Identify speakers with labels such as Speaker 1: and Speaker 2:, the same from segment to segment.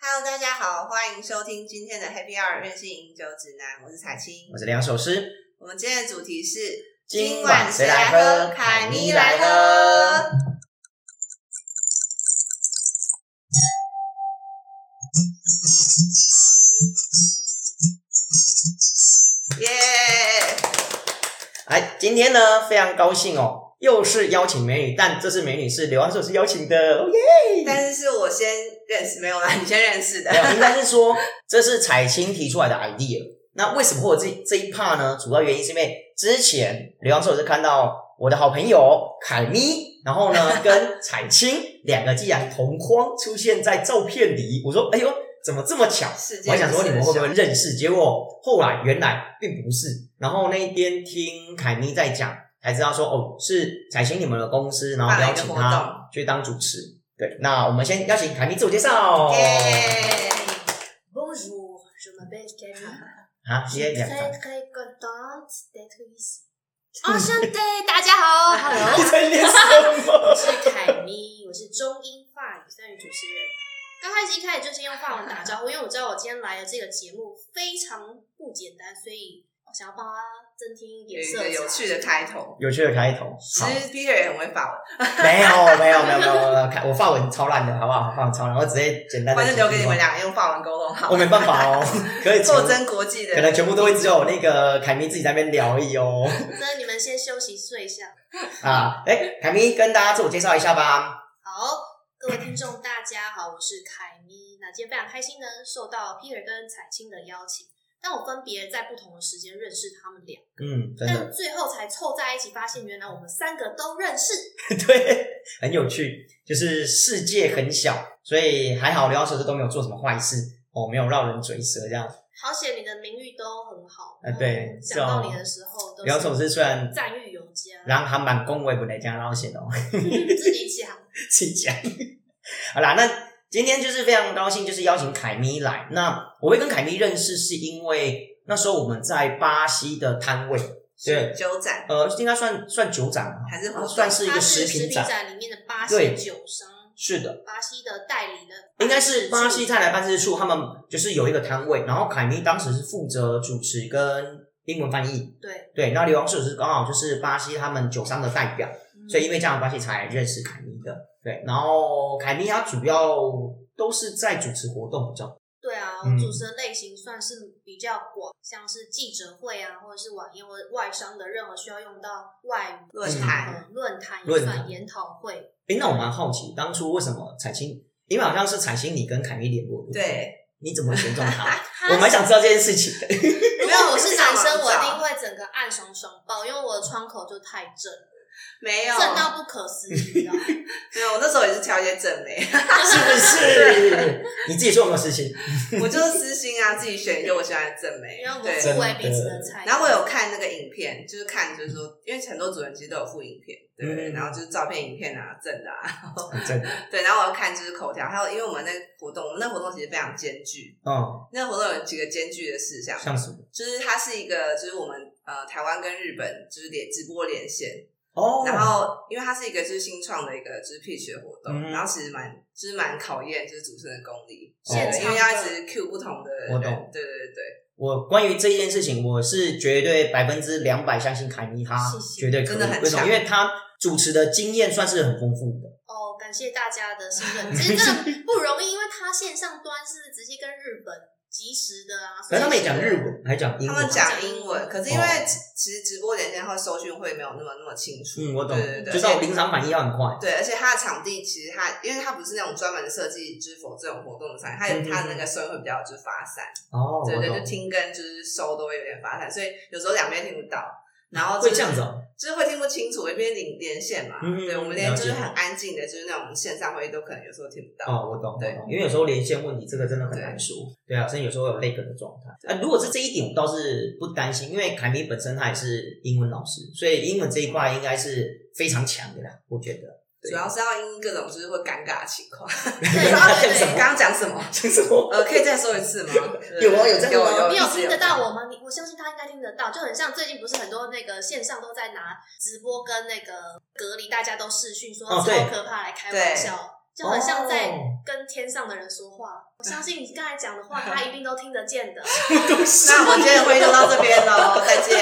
Speaker 1: Hello，大家好，欢迎收听今天的 Happy Hour 任性饮酒指南，我是彩青
Speaker 2: 我。是两首诗，
Speaker 1: 我们今天的主题是
Speaker 2: 今晚谁来喝
Speaker 1: 凯咪
Speaker 2: 咪
Speaker 1: 来
Speaker 2: 来
Speaker 1: 喝
Speaker 2: 喝。
Speaker 1: 耶！
Speaker 2: 哎，今天呢非常高兴哦，又是邀请美女，但这次美女是刘安寿是邀请的，哦耶！
Speaker 1: 但是是我先认识，没有啦，你先认识的
Speaker 2: 没。有，应该是说这是彩青提出来的 idea。那为什么会有这这一 part 呢？主要原因是因为之前刘洋寿是看到我的好朋友凯咪，然后呢 跟彩青两个既然同框出现在照片里，我说哎呦怎么这么巧？
Speaker 1: 世界
Speaker 2: 我还想
Speaker 1: 不
Speaker 2: 说你
Speaker 1: 是
Speaker 2: 们会不会
Speaker 1: 很小
Speaker 2: 认识？结果后来原来并不是。然后那一天听凯咪在讲，才知道说哦，是彩青你们的公司，然后
Speaker 1: 办了一
Speaker 2: 邀
Speaker 1: 个
Speaker 2: 请
Speaker 1: 活动
Speaker 2: 他去当主持。对，那我们先邀请凯咪自我介绍。
Speaker 1: 耶！
Speaker 3: Bonjour, je m'appelle Camille.
Speaker 2: 啊，
Speaker 3: Je
Speaker 2: 今天
Speaker 3: suis
Speaker 2: 两张
Speaker 3: très。très contente d'être ici. Enchantée，大家 好
Speaker 2: 你
Speaker 3: ，Hello，
Speaker 2: 在念什
Speaker 3: 我
Speaker 2: 么？
Speaker 3: 是凯咪，我是中英法语三语主持人。刚开始一开始就先用法文打招呼，因为我知道我今天来的这个节目非常不简单，所以我想要帮他增添一
Speaker 1: 有一
Speaker 3: 点色
Speaker 1: 个
Speaker 3: 彩。
Speaker 1: 有趣的开头。
Speaker 2: 有趣的开头。
Speaker 1: 其
Speaker 2: 好，
Speaker 1: 实 Peter 也很会法文，
Speaker 2: 没有没有没有没有没有，开我发文超烂的，好不好？发文超烂，我直接简单的。
Speaker 1: 反正留给你们，两个用法文沟通好
Speaker 2: 我
Speaker 1: 了。
Speaker 2: 没办法哦，可以
Speaker 1: 做
Speaker 2: 全
Speaker 1: 真国际的，
Speaker 2: 可能全部都会只有那个凯咪自己在那边聊而已哦。
Speaker 3: 所以你们先休息睡一下。
Speaker 2: 啊，哎，凯咪跟大家自我介绍一下吧。
Speaker 3: 好，各位听众大家好，我是凯咪。那今天非常开心呢，受到 Peter 跟彩青的邀请，但我分别在不同的时间认识他们俩，
Speaker 2: 嗯，真的，
Speaker 3: 但最后才凑在一起，发现原来我们三个都认识。
Speaker 2: 对，很有趣，就是世界很小，所以还好刘老师这都没有做什么坏事哦，没有绕人嘴舌这样。
Speaker 3: 好险你的名誉都很好，
Speaker 2: 哎对
Speaker 3: 嗯讲到你的时候都
Speaker 2: 刘老师是虽然
Speaker 3: 赞誉有加，
Speaker 2: 让韩版恭维不来加捞险哦。
Speaker 3: 自己讲。
Speaker 2: 自己讲。好啦，那今天就是非常高兴，就是邀请凯咪来。那我会跟凯咪认识，是因为那时候我们在巴西的摊位，对，
Speaker 1: 九展
Speaker 2: 呃，应该算算酒展嘛，
Speaker 1: 还是活动
Speaker 2: 算 是一
Speaker 3: 它
Speaker 2: 个
Speaker 3: 是
Speaker 2: 食
Speaker 3: 食
Speaker 2: 品
Speaker 3: 品
Speaker 2: 展，
Speaker 3: 展里面的巴
Speaker 2: 对
Speaker 3: 西酒商，
Speaker 2: 是的。
Speaker 3: 巴西的代理的，
Speaker 2: 应该是巴西泰来办事处，他们就是有一个摊位，然后凯咪当时是负责主持跟英文翻译，
Speaker 3: 对，
Speaker 2: 对，那刘王是刚好就是巴西他们酒商的代表，
Speaker 3: 嗯
Speaker 2: 所以因为这样的关系才认识凯咪的，对，然后凯咪他主要都是在主持活动比较
Speaker 3: 对啊，
Speaker 2: 嗯
Speaker 3: 主持的类型算是比较广，像是记者会啊，或者是晚宴或者外商的任何需要用到外语
Speaker 1: 论
Speaker 3: 场
Speaker 2: 嗯
Speaker 3: 合
Speaker 1: 坛、
Speaker 3: 论坛也
Speaker 2: 论
Speaker 3: 算
Speaker 2: 坛
Speaker 3: 研讨会。
Speaker 2: 诶，那我蛮好奇，当初为什么彩青？因为好像是彩青你跟凯咪联络，不，
Speaker 1: 对，
Speaker 2: 你怎么选中 他？
Speaker 3: 他
Speaker 2: 我蛮想知道这件事情的。
Speaker 3: 如
Speaker 1: 没有
Speaker 3: 果我是男生，
Speaker 1: 我
Speaker 3: 我
Speaker 1: 知
Speaker 3: 一
Speaker 1: 道
Speaker 3: 定会整个暗爽爽爆，因为我的窗口就太正，
Speaker 1: 没有
Speaker 3: 正到不可思 议啊！
Speaker 1: 没有，我那时候也是挑一些正妹，
Speaker 2: 是不是？ 你自己做有没有事情？
Speaker 1: 我就是私心啊，自己选一个我喜欢的正妹
Speaker 3: 因为我，
Speaker 1: 对
Speaker 3: 们。
Speaker 2: 真
Speaker 3: 互为彼此的菜。
Speaker 1: 然后我有看那个影片，就是看，就是说，因为很多主人其实都有附影片，对不对？
Speaker 2: 嗯
Speaker 1: 然后就是照片、影片啊，正的啊，
Speaker 2: 很正，
Speaker 1: 对。然后我有看就是口条，还有因为我们那个活动，我们那个活动其实非常艰巨，
Speaker 2: 嗯，
Speaker 1: 那个活动有几个艰巨的事项，
Speaker 2: 像什么？
Speaker 1: 就是它是一个，就是我们呃台湾跟日本就是连直播连线，
Speaker 2: 哦，
Speaker 1: 然后因为它是一个就是新创的一个就是 pitch 的活动，
Speaker 2: 嗯
Speaker 1: 然后其实蛮就是蛮考验就是主持人的功力，
Speaker 2: 现
Speaker 1: 对因
Speaker 3: 场
Speaker 1: 为
Speaker 3: 的
Speaker 1: 要一直 cue 不同的人
Speaker 2: 我懂
Speaker 1: 对对对对，
Speaker 2: 我关于这件事情，我是绝对百分之两百相信凯咪，他
Speaker 3: 谢谢
Speaker 2: 绝对可
Speaker 1: 真
Speaker 2: 以。
Speaker 1: 的很
Speaker 2: 为什么？
Speaker 1: 强
Speaker 2: 因为他主持的经验算是很丰富的。
Speaker 3: 哦，感谢大家的信 任，其实真的不容易，因为他线上端是直接跟日本及时的啊，
Speaker 2: 可是他们也讲日文，还讲英
Speaker 1: 他
Speaker 2: 文。
Speaker 1: 们讲英
Speaker 3: 哦
Speaker 1: 文，可是因为其实直播连线后收讯会没有那么那么清楚，
Speaker 2: 嗯，我懂，
Speaker 1: 对对对，
Speaker 2: 就是
Speaker 1: 而
Speaker 2: 我
Speaker 1: 且
Speaker 2: 临场反应要很快。
Speaker 1: 对，而且它的场地其实它，因为它不是那种专门设计就是否这种活动的场地，它有
Speaker 2: 嗯嗯
Speaker 1: 它的那个收音会比较就是发散，
Speaker 2: 哦，
Speaker 1: 对
Speaker 2: 我
Speaker 1: 对，就
Speaker 2: 懂。
Speaker 1: 听跟就是收都会有点发散，所以有时候两边听不到，然后、就
Speaker 2: 会
Speaker 1: 是
Speaker 2: 这样子，哦，
Speaker 1: 就是会听不清楚，因为连连线嘛，
Speaker 2: 嗯
Speaker 1: 对，我们连
Speaker 2: 了
Speaker 1: 就
Speaker 2: 解
Speaker 1: 是很安静的，就是那种线上会议都可能有时候听不到。
Speaker 2: 哦，我懂，我
Speaker 1: 对
Speaker 2: 懂，因为有时候连线问题这个真的很难说，对啊，所以有时候有那个的状态。啊，如果是这一点，我倒是不担心，因为凯米本身他也是英文老师，所以英文这一块应该是非常强的啦，我觉得。 对
Speaker 1: 主要是要因应各种就是会尴尬的情况。
Speaker 3: 对
Speaker 1: 然后
Speaker 3: 对
Speaker 2: 什
Speaker 1: 刚
Speaker 2: 么
Speaker 3: 对。
Speaker 1: 刚讲什么？
Speaker 2: 这是我
Speaker 1: 呃，可以再说一次 吗？
Speaker 2: 有啊有这样吗
Speaker 1: 有有，
Speaker 3: 你
Speaker 1: 一
Speaker 3: 有
Speaker 1: 直
Speaker 3: 听得到我吗？你我相信他应该听得到，就很像最近不是很多那个线上都在拿直播跟那个隔离，大家都视讯说
Speaker 2: 哦
Speaker 3: 超
Speaker 2: 对
Speaker 3: 可怕来开玩笑，就很像在
Speaker 2: 哦
Speaker 3: 跟天上的人说话。我相信你刚才讲的话，他一定都听得见 的。
Speaker 1: 那我们今天的会就到这边喽，再见。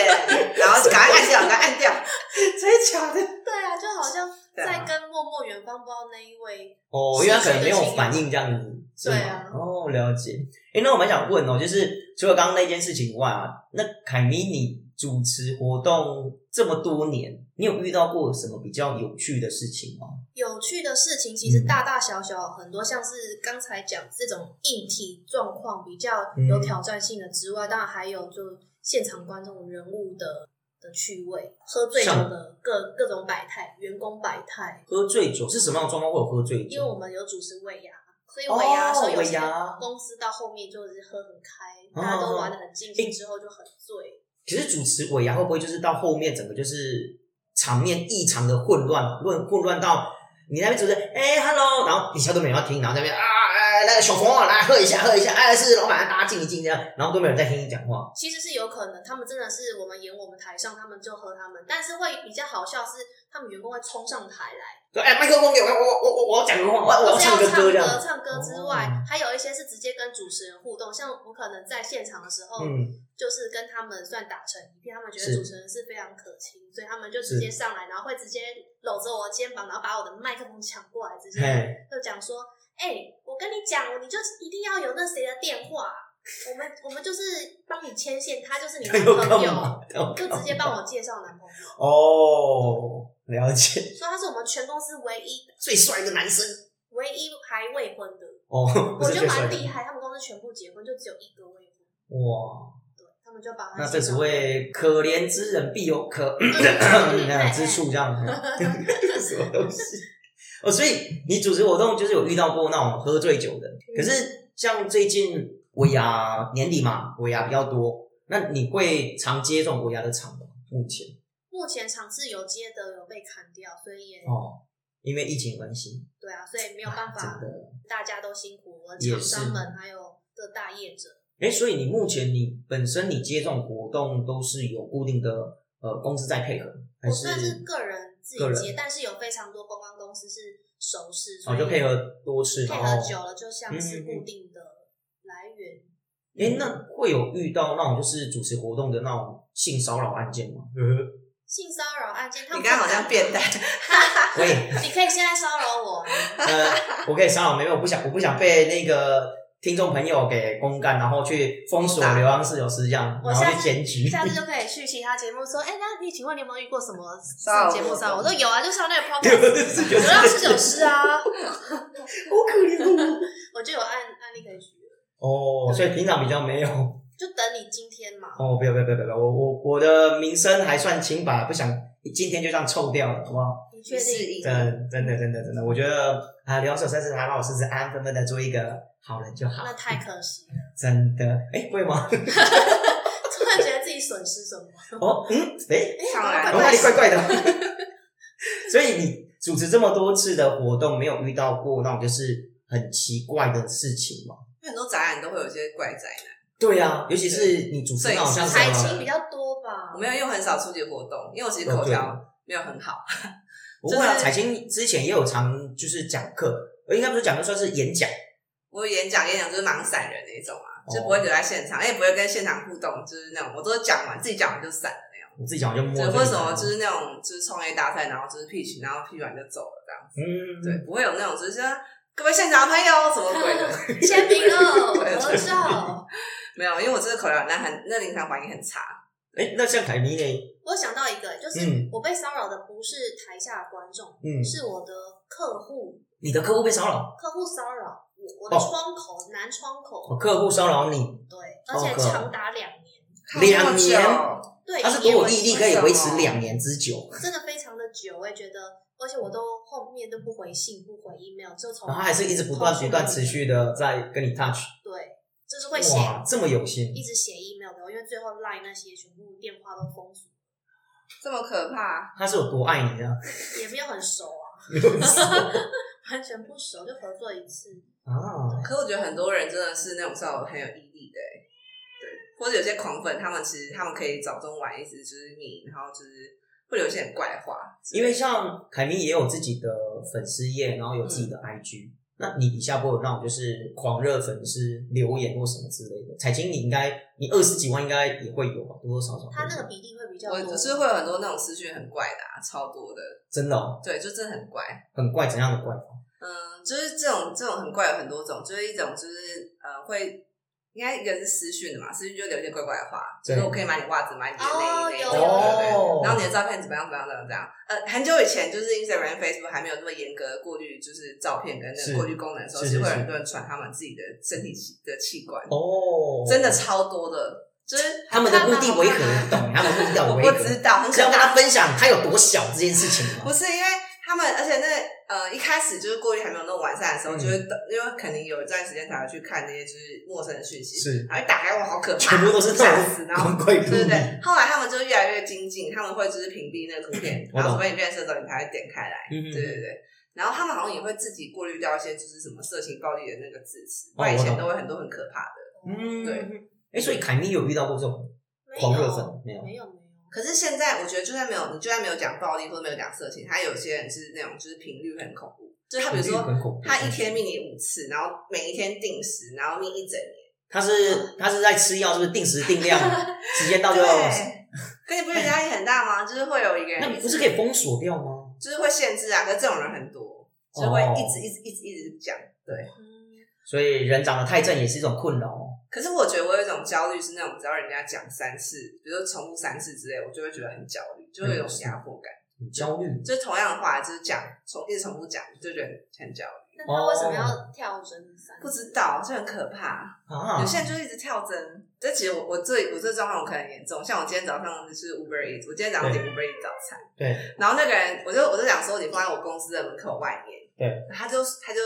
Speaker 1: 然后赶快按掉，赶快按 掉，真的假的？
Speaker 3: 对啊，就好像
Speaker 1: 对啊
Speaker 3: 在跟默默远方不知道那一位
Speaker 2: 哦，因为他可能没有反应这样子，是吗
Speaker 3: 对啊
Speaker 2: 哦，了解。诶，那我蛮想问哦，就是除了刚刚那件事情以外啊，那凯咪你主持活动这么多年，你有遇到过什么比较有趣的事情吗？
Speaker 3: 有趣的事情，
Speaker 2: 嗯
Speaker 3: 其实大大小小很多，像是刚才讲这种硬体状况比较
Speaker 2: 嗯
Speaker 3: 有挑战性的之外，当然还有就现场观众人物的的趣味，喝醉酒的各各种百态，员工百态。
Speaker 2: 喝醉酒是什么样的状况会有喝醉
Speaker 3: 因为我
Speaker 2: 酒？
Speaker 3: 们有主持尾牙，所以
Speaker 2: 哦
Speaker 3: 尾牙的时候有
Speaker 2: 尾
Speaker 3: 些
Speaker 2: 牙
Speaker 3: 公司到后面就是喝很开，
Speaker 2: 哦
Speaker 3: 大家都玩的很尽兴，之后就很醉。
Speaker 2: 可是主持尾牙会不会就是到后面整个就是场面异常的混乱，混混乱到你那边主持人哎、h e l l o 然后底下都没人要听，然后在那边啊哎那个小冯啊来喝一下喝一下，哎是老板大家敬一敬这样，然后都没有人在听你讲话。
Speaker 3: 其实是有可能，他们真的是我们演我们台上，他们就喝他们，但是会比较好笑是他们员工会冲上台来。
Speaker 2: 对，哎，麦克风给我，我我我我要讲个话，我我要
Speaker 3: 不是
Speaker 2: 唱个歌这
Speaker 3: 要
Speaker 2: 样
Speaker 3: 唱。歌，唱歌之外，
Speaker 2: 哦
Speaker 3: 还有一些是直接跟主持人互动。像我可能在现场的时候，
Speaker 2: 嗯，
Speaker 3: 就是跟他们算打成一片，他们觉得
Speaker 2: 是
Speaker 3: 主持人是非常可亲，所以他们就直接上来，然后会直接搂着我的肩膀，然后把我的麦克风抢过来，直接
Speaker 2: 嘿，
Speaker 3: 就讲说：“哎、我跟你讲，你就一定要有那谁的电话，我们我们就是帮你牵线，他就是你男
Speaker 2: 又干
Speaker 3: 朋
Speaker 2: 嘛
Speaker 3: 友。”？
Speaker 2: 又
Speaker 3: 就
Speaker 2: 干
Speaker 3: 直接
Speaker 2: 嘛
Speaker 3: 帮我介绍男朋友，
Speaker 2: 哦，了解，
Speaker 3: 所以他是我们全公司唯一
Speaker 2: 最帅的男生
Speaker 3: 唯一还未婚的。
Speaker 2: 哦，不
Speaker 3: 我
Speaker 2: 是
Speaker 3: 觉
Speaker 2: 最
Speaker 3: 得
Speaker 2: 帅
Speaker 3: 蛮
Speaker 2: 的
Speaker 3: 厉害，他们公司全部结婚，就只有一个未婚，
Speaker 2: 哇！
Speaker 3: 对他们就把他
Speaker 2: 那这
Speaker 3: 介
Speaker 2: 只
Speaker 3: 绍
Speaker 2: 为可怜之人必有 可那之处，这样什么东西？哦，所以你主持活动就是有遇到过那种喝醉酒的，可是像最近尾牙年底嘛，尾牙比较多，那你会常接这种尾牙的场吗？目前？
Speaker 3: 目前场次有接的有被砍掉，所以也、
Speaker 2: 哦，因为疫情关系，
Speaker 3: 对啊，所以没有办
Speaker 2: 真
Speaker 3: 法，
Speaker 2: 的。
Speaker 3: 大家都辛苦，我的
Speaker 2: 也
Speaker 3: 厂
Speaker 2: 是
Speaker 3: 商们还有各大业者，
Speaker 2: 哎，所以你目前你本身你接这种活动都是有固定的呃公司在配合，还
Speaker 3: 我
Speaker 2: 是
Speaker 3: 算是个人自
Speaker 2: 个
Speaker 3: 己
Speaker 2: 人
Speaker 3: 接，但是有非常多公关公司是熟识，所
Speaker 2: 哦
Speaker 3: 以
Speaker 2: 就配合多次，哦
Speaker 3: 配
Speaker 2: 然
Speaker 3: 合
Speaker 2: 后
Speaker 3: 久了，就像
Speaker 2: 嗯
Speaker 3: 是
Speaker 2: 嗯嗯
Speaker 3: 固定的来源。
Speaker 2: 哎，那会有遇到那种就是主持活动的那种性骚扰案件吗？
Speaker 3: 性骚扰案件，他
Speaker 1: 你
Speaker 3: 们
Speaker 1: 刚刚好
Speaker 3: 不敢
Speaker 1: 像变态，
Speaker 2: 喂，
Speaker 3: 你可以现在骚扰我、啊，
Speaker 2: 呃，我可以骚扰妹妹，我不想我不想被那个听众朋友给公干，然后去封锁
Speaker 1: 打
Speaker 2: 流浪室有私这样，
Speaker 3: 我
Speaker 2: 然后
Speaker 3: 下
Speaker 2: 去
Speaker 3: 次
Speaker 2: 检举。
Speaker 3: 下次就可以去其他节目说，哎、那你请问你有没有遇过什么
Speaker 1: 骚扰
Speaker 3: 节目
Speaker 1: 我
Speaker 3: 骚扰？我说有啊，就上那个 podcast，
Speaker 2: 有
Speaker 3: 流浪是有师啊，
Speaker 2: 好可 怜哦。
Speaker 3: 我就有案案例可以举了，
Speaker 2: 哦，所以平常比较没有。
Speaker 3: 就等你今天嘛。
Speaker 2: 哦，不要不要不要不要！我我我的名声还算清白，不想今天就这样臭掉了，好不好？
Speaker 3: 你确
Speaker 1: 确
Speaker 3: 定？
Speaker 1: 定？
Speaker 2: 真真的真的真的，我觉得啊，刘手算是还把我试试安安分分的做一个好人就好
Speaker 3: 那，太可惜了，
Speaker 2: 真的。哎，会 吗？
Speaker 3: 突然觉得自己损失什么？
Speaker 2: 哦，嗯，哎，
Speaker 1: 上来
Speaker 2: 我哪里怪怪的？ 所以你组织这么多次的活动，没有遇到过那种就是很奇怪的事情吗？
Speaker 1: 很多宅男都会有一些怪宅男，对
Speaker 2: 对啊，尤其是你主持那种像
Speaker 1: 所以
Speaker 3: 海
Speaker 1: 是
Speaker 2: 什
Speaker 3: 清比
Speaker 2: 么，
Speaker 3: 较多吧
Speaker 1: 我？没有，因为我很少出去活动，因为我其实口
Speaker 2: 哦
Speaker 1: 条没有很好，
Speaker 2: 不会啊，
Speaker 1: 就是
Speaker 2: 彩青之前也有常就是讲课，呃，应该不是讲课，算是演讲。
Speaker 1: 我演讲演讲就是盲散人那一种啊，
Speaker 2: 哦
Speaker 1: 就不会留在现场，也不会跟现场互动，就是那种我都讲完自己讲完就散了那种。
Speaker 2: 我自己讲我就摸
Speaker 1: 对，
Speaker 2: 了。
Speaker 1: 或者什么就是那种就是创业大赛，然后就是 pitch，然后 pitch 完就走了这样子。
Speaker 2: 嗯，
Speaker 1: 对，不会有那种就是说各位现场的朋友什么鬼的，
Speaker 3: 签名哦，
Speaker 1: 对
Speaker 3: 合照。
Speaker 1: 没有，因为我真的口条那很那临场反应很差。
Speaker 2: 哎，那像凯咪呢？
Speaker 3: 我想到一个，就是
Speaker 2: 嗯
Speaker 3: 我被骚扰的不是台下的观众，
Speaker 2: 嗯，
Speaker 3: 是我的客户，
Speaker 2: 你的客户被骚扰，
Speaker 3: 客户骚扰我，我的
Speaker 2: 哦
Speaker 3: 窗口，男窗
Speaker 2: 我
Speaker 3: 口，
Speaker 2: 客户骚扰你，
Speaker 3: 对，而且
Speaker 2: 客户
Speaker 3: 长达两年，
Speaker 2: 两年
Speaker 3: 对，
Speaker 2: 他是
Speaker 3: 一
Speaker 2: 给
Speaker 3: 年
Speaker 2: 我
Speaker 3: 为
Speaker 2: 毅力
Speaker 3: 期
Speaker 2: 可以维持两年之久，
Speaker 3: 真的非常的久，我也觉得，而且我都后面都不回信，不回 email，就从
Speaker 2: 然后还是一直不断不断持续的在跟你 touch，
Speaker 3: 对，就是会写
Speaker 2: 哇，这么有心
Speaker 3: 一直写 email 给我，因为最后 line 那些全部电话都封锁，
Speaker 1: 这么可怕，
Speaker 2: 他是有多爱你啊？
Speaker 3: 也没有很熟 啊，完全不熟，就合作一次，
Speaker 2: 啊，
Speaker 1: 可我觉得很多人真的是那种稍微很有毅力的、欸，对，或者有些狂粉，他们其实他们可以早中晚一直就是你，然后就是会留一些很怪的话之类
Speaker 2: 因
Speaker 1: 的，
Speaker 2: 为像凯咪也有自己的粉丝页，然后有自己的 IG，、那你底下不会有那种就是狂热粉丝留言或什么之类的？彩青，你应该你二十几万应该也会有吧，多多少少会有。
Speaker 3: 他那个比例会比较
Speaker 1: 我
Speaker 3: 多。
Speaker 1: 我是会有很多那种私讯很怪的、啊，超多的，
Speaker 2: 真的、哦、
Speaker 1: 对，就真的很怪。
Speaker 2: 很怪，怎样的怪法？
Speaker 1: 嗯，就是这种这种很怪有很多种，就是一种就是呃会，应该一个是私讯的嘛，私讯就留一些怪怪的话，就是
Speaker 2: 对
Speaker 1: 我可以买你袜子，买你的
Speaker 3: 哦
Speaker 1: 内衣内衣，
Speaker 3: 有
Speaker 1: 对对对。
Speaker 2: 哦
Speaker 1: 然后你的照片怎么样怎么样怎么样怎么样？呃，很久以前就是 Instagram、Facebook 还没有那么严格的过滤，就是照片跟那
Speaker 2: 是
Speaker 1: 个过滤功能的时候，
Speaker 2: 是
Speaker 1: 其实
Speaker 2: 是
Speaker 1: 会有
Speaker 2: 是
Speaker 1: 很多人传他们自己的身体器的器官，
Speaker 2: 哦，
Speaker 1: 真的超多的，就是
Speaker 2: 他们的目的我也可能不 懂，他们的目的
Speaker 1: 我不
Speaker 2: 我也可能
Speaker 1: 知道，很可
Speaker 2: 是要跟
Speaker 1: 怕
Speaker 2: 他。分享他有多小这件事情
Speaker 1: 不
Speaker 2: 吗？
Speaker 1: 是因为他们，而且那呃一开始就是过滤还没有那么完善的时候，
Speaker 2: 嗯
Speaker 1: 就会等因为肯定有一段时间才会去看那些就是陌生的讯息，
Speaker 2: 是
Speaker 1: 然后一打开哇好可怕，
Speaker 2: 全部都是
Speaker 1: 吓死，然后
Speaker 2: 光怪陆
Speaker 1: 对对
Speaker 2: 离。
Speaker 1: 对，后来他们就越来越精进，他们会就是屏蔽那个图片，
Speaker 2: 我懂
Speaker 1: 然后除非你认识的时候你才会点开来，对
Speaker 2: 嗯嗯
Speaker 1: 对对。然后他们好像也会自己过滤掉一些就是什么色情暴力的那个字词，不然以
Speaker 2: 哦我
Speaker 1: 前
Speaker 2: 懂
Speaker 1: 都会很多很可怕的。
Speaker 2: 嗯，
Speaker 1: 对
Speaker 2: 哎、所以凯咪有遇到过这种
Speaker 3: 没有
Speaker 2: 狂热粉没有
Speaker 3: 没有没有，
Speaker 1: 可是现在我觉得就算没有你就算没有讲暴力或者没有讲色情，他有些人是那种就是频率很恐怖，就是他比如说
Speaker 2: 很恐怖
Speaker 1: 他一天命你五次，然后每一天定时，然后命一整年。
Speaker 2: 他是他是在吃药，是不是定时 定量，时间到就要？
Speaker 1: 对，可你不觉得压力很大 吗？就是会有一个
Speaker 2: 那
Speaker 1: 人
Speaker 2: 你
Speaker 1: 一
Speaker 2: 不是
Speaker 1: 直，
Speaker 2: 可以封锁掉吗？
Speaker 1: 就是会限制啊。可是这种人很多，就是会
Speaker 2: 哦
Speaker 1: 一直一直一直一直讲。对，
Speaker 3: 嗯，
Speaker 2: 所以人长得太正也是一种困扰哦。
Speaker 1: 可是我觉得我有一种焦虑，是那种只要人家讲三次，比如说重复三次之类，我就会觉得很焦虑，就会有一种压迫感。
Speaker 2: 很焦虑，
Speaker 1: 就是同样的话，就是讲重一直重复讲，就觉得很焦虑。
Speaker 3: 那他为什么
Speaker 2: 哦
Speaker 3: 要跳针三？
Speaker 1: 不知道，这很可怕。
Speaker 2: 啊
Speaker 1: 有些人就是一直跳针。这其实我我最我这状况我可能很严重，像我今天早上就是 Uber Eats，我今天早上点 Uber Eats 早餐，
Speaker 2: 对，
Speaker 1: 然后那个人我就我就讲说你放在我公司的门口外面，
Speaker 2: 对，
Speaker 1: 他就他就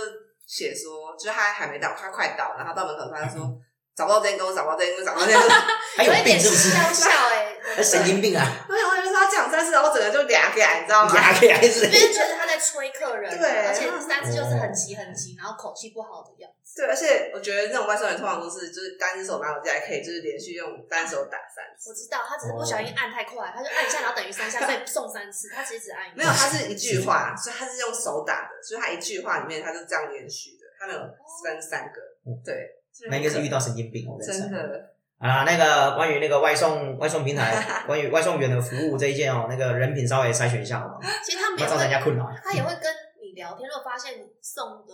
Speaker 1: 写说就是他还没到，他快到，然后到门口他就说找不到这间公司，找不到这间公司，找不到这间公司，
Speaker 2: 还有
Speaker 3: 有一
Speaker 2: 病
Speaker 3: 点
Speaker 2: 是不是？
Speaker 3: 笑笑哎，
Speaker 2: 他 神经病啊！
Speaker 1: 我想说就是他讲三次，然后我整个就俩起来，你知道吗？
Speaker 2: 牙给还是
Speaker 3: 因为觉得他在催客人，
Speaker 1: 对
Speaker 3: 而且三次就是很急很急，然后口气不好的样子。
Speaker 1: 对，而且我觉得那种外送员通常都是就是单只手拿手机还可以，就是连续用单手打三次。
Speaker 3: 我知道他只是不小心按太快，他就按一下，然后等于三下，所以送三次。他其实只按一下
Speaker 1: 没有，它是一句话，所以它是用手打的，所以它一句话里面它就这样连续的，它没有分三个
Speaker 2: 哦，
Speaker 1: 对，
Speaker 2: 那应该是遇到神经病，我在想
Speaker 1: 真。的
Speaker 2: 好啦，那个关于那个外送外送平台，关于外送员的服务这一件哦，那个人品稍微筛选一下好吗？
Speaker 3: 其实他
Speaker 2: 不
Speaker 3: 们
Speaker 2: 要
Speaker 3: 也
Speaker 2: 造成人家
Speaker 3: 会，
Speaker 2: 困扰。
Speaker 3: 他也会跟你聊天。如果发现送的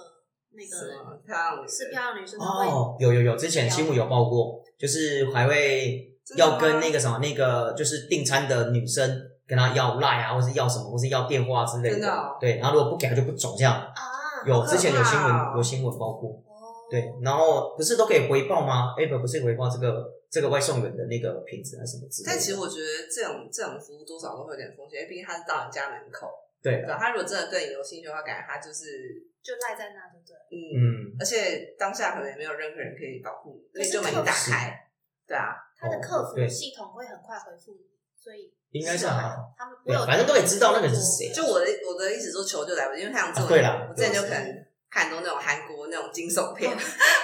Speaker 3: 那
Speaker 1: 是
Speaker 3: 个
Speaker 1: 漂亮女
Speaker 3: 是
Speaker 1: 人，
Speaker 3: 漂亮女生，他会
Speaker 2: 哦，有有有，之前新闻有报过，就是还会要跟那
Speaker 1: 个
Speaker 2: 个什么那个就是订餐的女生跟她要赖啊，或是要什么，或是要电话之类
Speaker 1: 真的哦
Speaker 2: 对，然后如果不给她就不走这样。
Speaker 3: 啊，
Speaker 2: 有
Speaker 1: 好可
Speaker 2: 之前有新闻
Speaker 1: 怕哦
Speaker 2: 有新闻报过，
Speaker 3: 哦
Speaker 2: 对，然后不是都可以回报吗？app 不是回报这个这个外送员的那个品质还是什么之类的。
Speaker 1: 但其实我觉得这种这种服务多少都会有点风险，因为毕竟它是到人家门口，
Speaker 2: 对
Speaker 1: 对，吧？他如果真的对你有兴趣的话，感觉他就是
Speaker 3: 就赖在那，对不对？
Speaker 1: 嗯，
Speaker 2: 嗯，
Speaker 1: 而且当下可能也没有任何人可以保护你，因
Speaker 3: 可
Speaker 1: 为
Speaker 3: 是
Speaker 1: 就门一打
Speaker 2: 是
Speaker 1: 开，对啊，
Speaker 3: 他的客
Speaker 2: 哦对
Speaker 3: 服系统会很快回复你，所以
Speaker 2: 应该是还好。
Speaker 3: 他们我
Speaker 2: 对
Speaker 3: 有
Speaker 2: 反正都可以知道那个人是谁
Speaker 1: 就我的我的意思说球就来不及，因为像这种、
Speaker 2: 啊对啦
Speaker 1: 我之前就
Speaker 2: 对
Speaker 1: 可能看很多那种韩国那种惊悚片，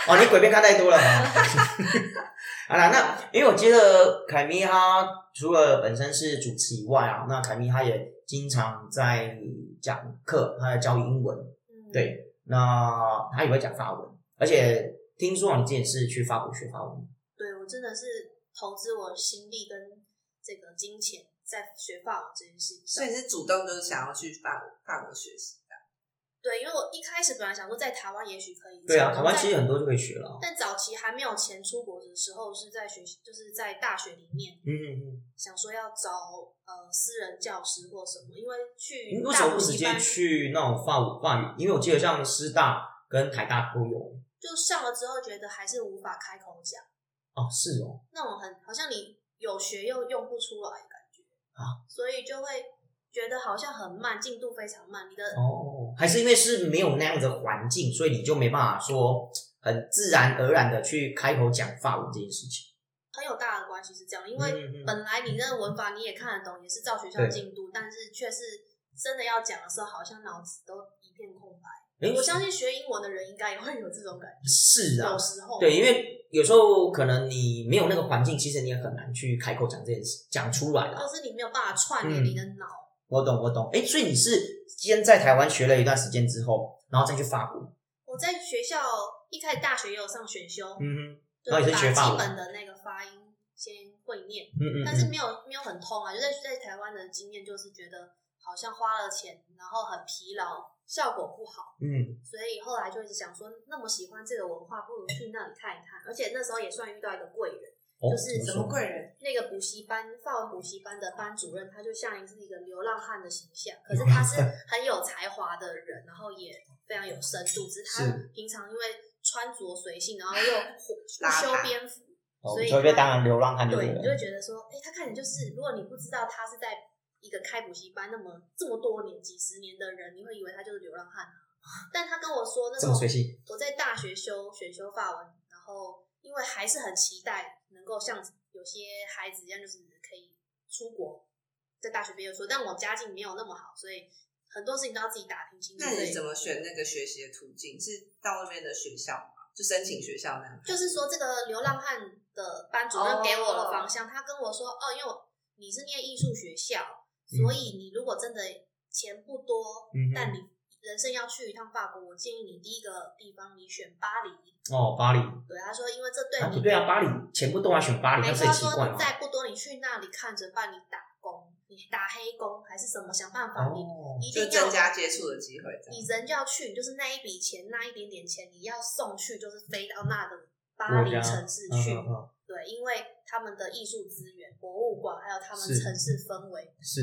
Speaker 2: 哦，你鬼片看太多了吧？ 好啦，那因为我记得凯咪她除了本身是主持以外啊，那凯咪她也经常在讲课，她在教英文，
Speaker 3: 嗯
Speaker 2: 对，那她也会讲法文，而且听说你之前是去法国学法文，
Speaker 3: 对我真的是投资我的心力跟这个金钱在学法文这件事情
Speaker 1: 所以
Speaker 3: 上。
Speaker 1: 你是主动就是想要去法国法国学习。
Speaker 3: 对，因为我一开始本来想说在台湾也许可以，
Speaker 2: 对啊，
Speaker 3: 然
Speaker 2: 台
Speaker 3: 后
Speaker 2: 湾
Speaker 3: 在
Speaker 2: 其实很多就可以学了，
Speaker 3: 但早期还没有钱出国的时候，是在学习，就是在大学里面
Speaker 2: 嗯嗯嗯，
Speaker 3: 想说要找呃私人教师或什么，因为去
Speaker 2: 你为
Speaker 3: 大
Speaker 2: 什么
Speaker 3: 陆
Speaker 2: 不直
Speaker 3: 一
Speaker 2: 接
Speaker 3: 般
Speaker 2: 去那种法语法语？因为我记得像师大跟台大都有，
Speaker 3: 就上了之后觉得还是无法开口讲，
Speaker 2: 哦，是哦，
Speaker 3: 那种很好像你有学又用不出来的感觉
Speaker 2: 啊，
Speaker 3: 所以就会觉得好像很慢，进度非常慢，你的
Speaker 2: 哦，还是因为是没有那样的环境，所以你就没办法说很自然而然的去开口讲法文这件事情。
Speaker 3: 很有大的关系是这样，因为
Speaker 2: 嗯嗯嗯
Speaker 3: 本来你那个文法你也看得懂，也是照学校
Speaker 2: 对
Speaker 3: 进度，但是却是真的要讲的时候，好像脑子都一片空白。
Speaker 2: 诶
Speaker 3: 我相信学英文的人应该也会有这种感
Speaker 2: 是
Speaker 3: 觉，
Speaker 2: 啊
Speaker 3: 有，时候
Speaker 2: 对，因为有时候可能你没有那个环境，其实你也很难去开口讲这件事，讲出来啦。
Speaker 3: 就是你没有办法串
Speaker 2: 嗯
Speaker 3: 联你的脑，
Speaker 2: 我懂，我懂。哎，所以你是先在台湾学了一段时间之后，然后再去法国，
Speaker 3: 我在学校一开始大学也有上选修，
Speaker 2: 嗯
Speaker 3: 对
Speaker 2: 那你是学法
Speaker 3: 把基
Speaker 2: 文
Speaker 3: 本的那个发音先会念，
Speaker 2: 哼，嗯嗯，
Speaker 3: 但是
Speaker 2: 嗯
Speaker 3: 没有没有很通啊，就在在台湾的经验就是觉得好像花了钱，然后很疲劳，效果不好，
Speaker 2: 嗯，
Speaker 3: 所以后来就一直想说，那么喜欢这个文化，不如去那里看一看。而且那时候也算遇到一个贵人，
Speaker 2: 哦
Speaker 3: 就是
Speaker 1: 什
Speaker 2: 怎
Speaker 1: 么
Speaker 2: 么说
Speaker 1: 贵人？
Speaker 3: 那个补习班法文补习班的班主任，他就像是一个流浪汉的形象，可是 他是很有才华的人，然后也非常有深度，只是他
Speaker 2: 是
Speaker 3: 平常因为穿着随性，然后又 不
Speaker 1: 邋遢
Speaker 3: 修边幅，
Speaker 2: 哦
Speaker 3: 所以
Speaker 2: 就会被
Speaker 3: 他
Speaker 2: 当成流浪汉就
Speaker 3: 对，
Speaker 2: 了
Speaker 3: 你就会觉得说，哎、他看起来就是，如果你不知道他是在一个开补习班那么这么多年、几十年的人，你会以为他就是流浪汉。啊 但他跟我说，那时
Speaker 2: 这么
Speaker 3: 候
Speaker 2: 随性，
Speaker 3: 我在大学修选修法文，然后因为还是很期待能够像有些孩子一样，就是可以出国，在大学毕业说，但我家境没有那么好，所以很多事情都要自己打拼清楚。
Speaker 1: 那
Speaker 3: 所以
Speaker 1: 你怎么选那个学习的途径？是到那边的学校吗？就申请学校那样？
Speaker 3: 就是说这个流浪汉的班主任
Speaker 1: 哦
Speaker 3: 给我的方向，他跟我说，哦，因为我你是念艺术学校，所以你如果真的钱不多，
Speaker 2: 嗯嗯哼
Speaker 3: 但你人生要去一趟法国，我建议你第一个地方你选巴黎。
Speaker 2: 哦，巴黎
Speaker 3: 对，他说，因为这对
Speaker 2: 啊，
Speaker 3: 你、
Speaker 2: 不对啊，巴黎钱不多啊，选巴黎，
Speaker 3: 没
Speaker 2: 那最
Speaker 3: 错，他
Speaker 2: 奇怪
Speaker 3: 说
Speaker 2: 了
Speaker 3: 你。再不多，你去那里看着办，你打工，你打黑工还是什么，想办法，
Speaker 2: 哦，
Speaker 3: 你一
Speaker 1: 就
Speaker 3: 定
Speaker 1: 增
Speaker 3: 要
Speaker 1: 加接触的机会，这样
Speaker 3: 你人要去，你就是那一笔钱，那一点点钱，你要送去，就是飞到那个巴
Speaker 2: 国
Speaker 3: 黎
Speaker 2: 家
Speaker 3: 城市
Speaker 2: 嗯
Speaker 3: 去。
Speaker 2: 嗯嗯
Speaker 3: 对，因为他们的艺术资源、博物馆，还有他们
Speaker 2: 是
Speaker 3: 城市氛围，
Speaker 2: 嗯是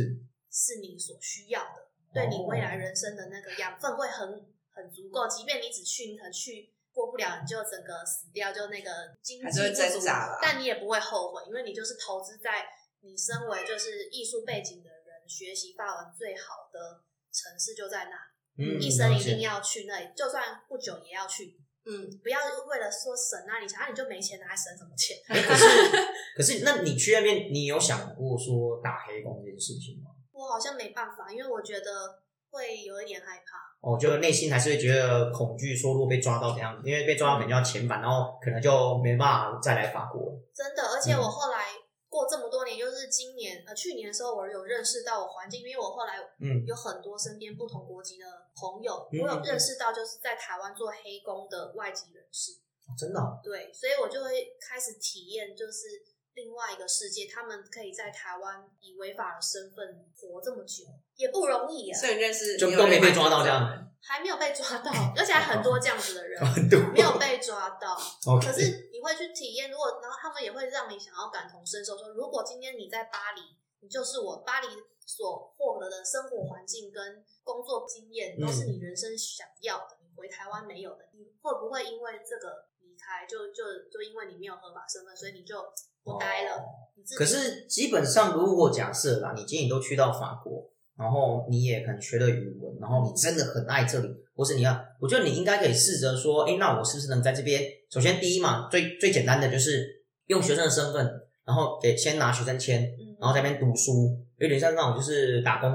Speaker 3: 是你所需要的，对你未
Speaker 1: 哦
Speaker 3: 来人生的那个养分会很很足够。即便你只去，你可能去过不了，你就整个死掉，就那个经
Speaker 1: 还
Speaker 3: 济
Speaker 1: 是会
Speaker 3: 不
Speaker 1: 挣
Speaker 3: 足
Speaker 1: 扎啦，
Speaker 3: 但你也不会后悔，因为你就是投资在你身为就是艺术背景的人学习法文最好的城市就在那里，
Speaker 2: 嗯，
Speaker 3: 一生
Speaker 2: 了
Speaker 3: 一
Speaker 2: 解
Speaker 3: 定要去那里，就算不久也要去。
Speaker 1: 嗯，
Speaker 3: 不要为了说省那里钱，啊你就没钱拿来省什么钱？
Speaker 2: 可是，可是，那你去那边，你有想过说打黑工这件事情吗？
Speaker 3: 我好像没办法，因为我觉得会有一点害怕。
Speaker 2: 哦，就内心还是会觉得恐惧，说如果被抓到怎样，因为被抓到可能就要遣返，然后可能就没办法再来法国了。
Speaker 3: 真的，而且我
Speaker 2: 嗯
Speaker 3: 后来过这么多年，就是今年呃去年的时候，我有认识到我环境，因为我后来
Speaker 2: 嗯，
Speaker 3: 有很多身边不同国籍的朋友，
Speaker 2: 嗯
Speaker 3: 我有认识到就是在台湾做黑工的外籍人士，
Speaker 2: 真的哦、
Speaker 3: 对，所以我就会开始体验就是另外一个世界，他们可以在台湾以违法的身份活这么久，也不容易啊，
Speaker 1: 所以认识
Speaker 2: 就
Speaker 1: 你有
Speaker 2: 都没
Speaker 1: 另外
Speaker 2: 被抓到
Speaker 1: 一
Speaker 2: 这
Speaker 1: 个
Speaker 2: 样，
Speaker 3: 还没有被抓到，而且还很多这样子的人
Speaker 2: 很多。
Speaker 3: 没有被抓到。
Speaker 2: OK，
Speaker 3: 可是你会去体验，如果然后他们也会让你想要感同身受，说如果今天你在巴黎，你就是我巴黎所获得的生活环境跟工作经验，都是你人生想要的，你回台湾没有的，你会不会因为这个离开？就就就因为你没有合法身份，所以你就不待了？你自己
Speaker 2: 可是基本上，如果假设啦，你今天你都去到法国，然后你也可能学了语文，然后你真的很爱这里，或是你要，我觉得你应该可以试着说，哎，那我是不是能在这边？首先，第一嘛，最最简单的就是用学生的身份，然后给先拿学生签，
Speaker 3: 嗯，
Speaker 2: 然后在那边读书，有点像那种就是打工，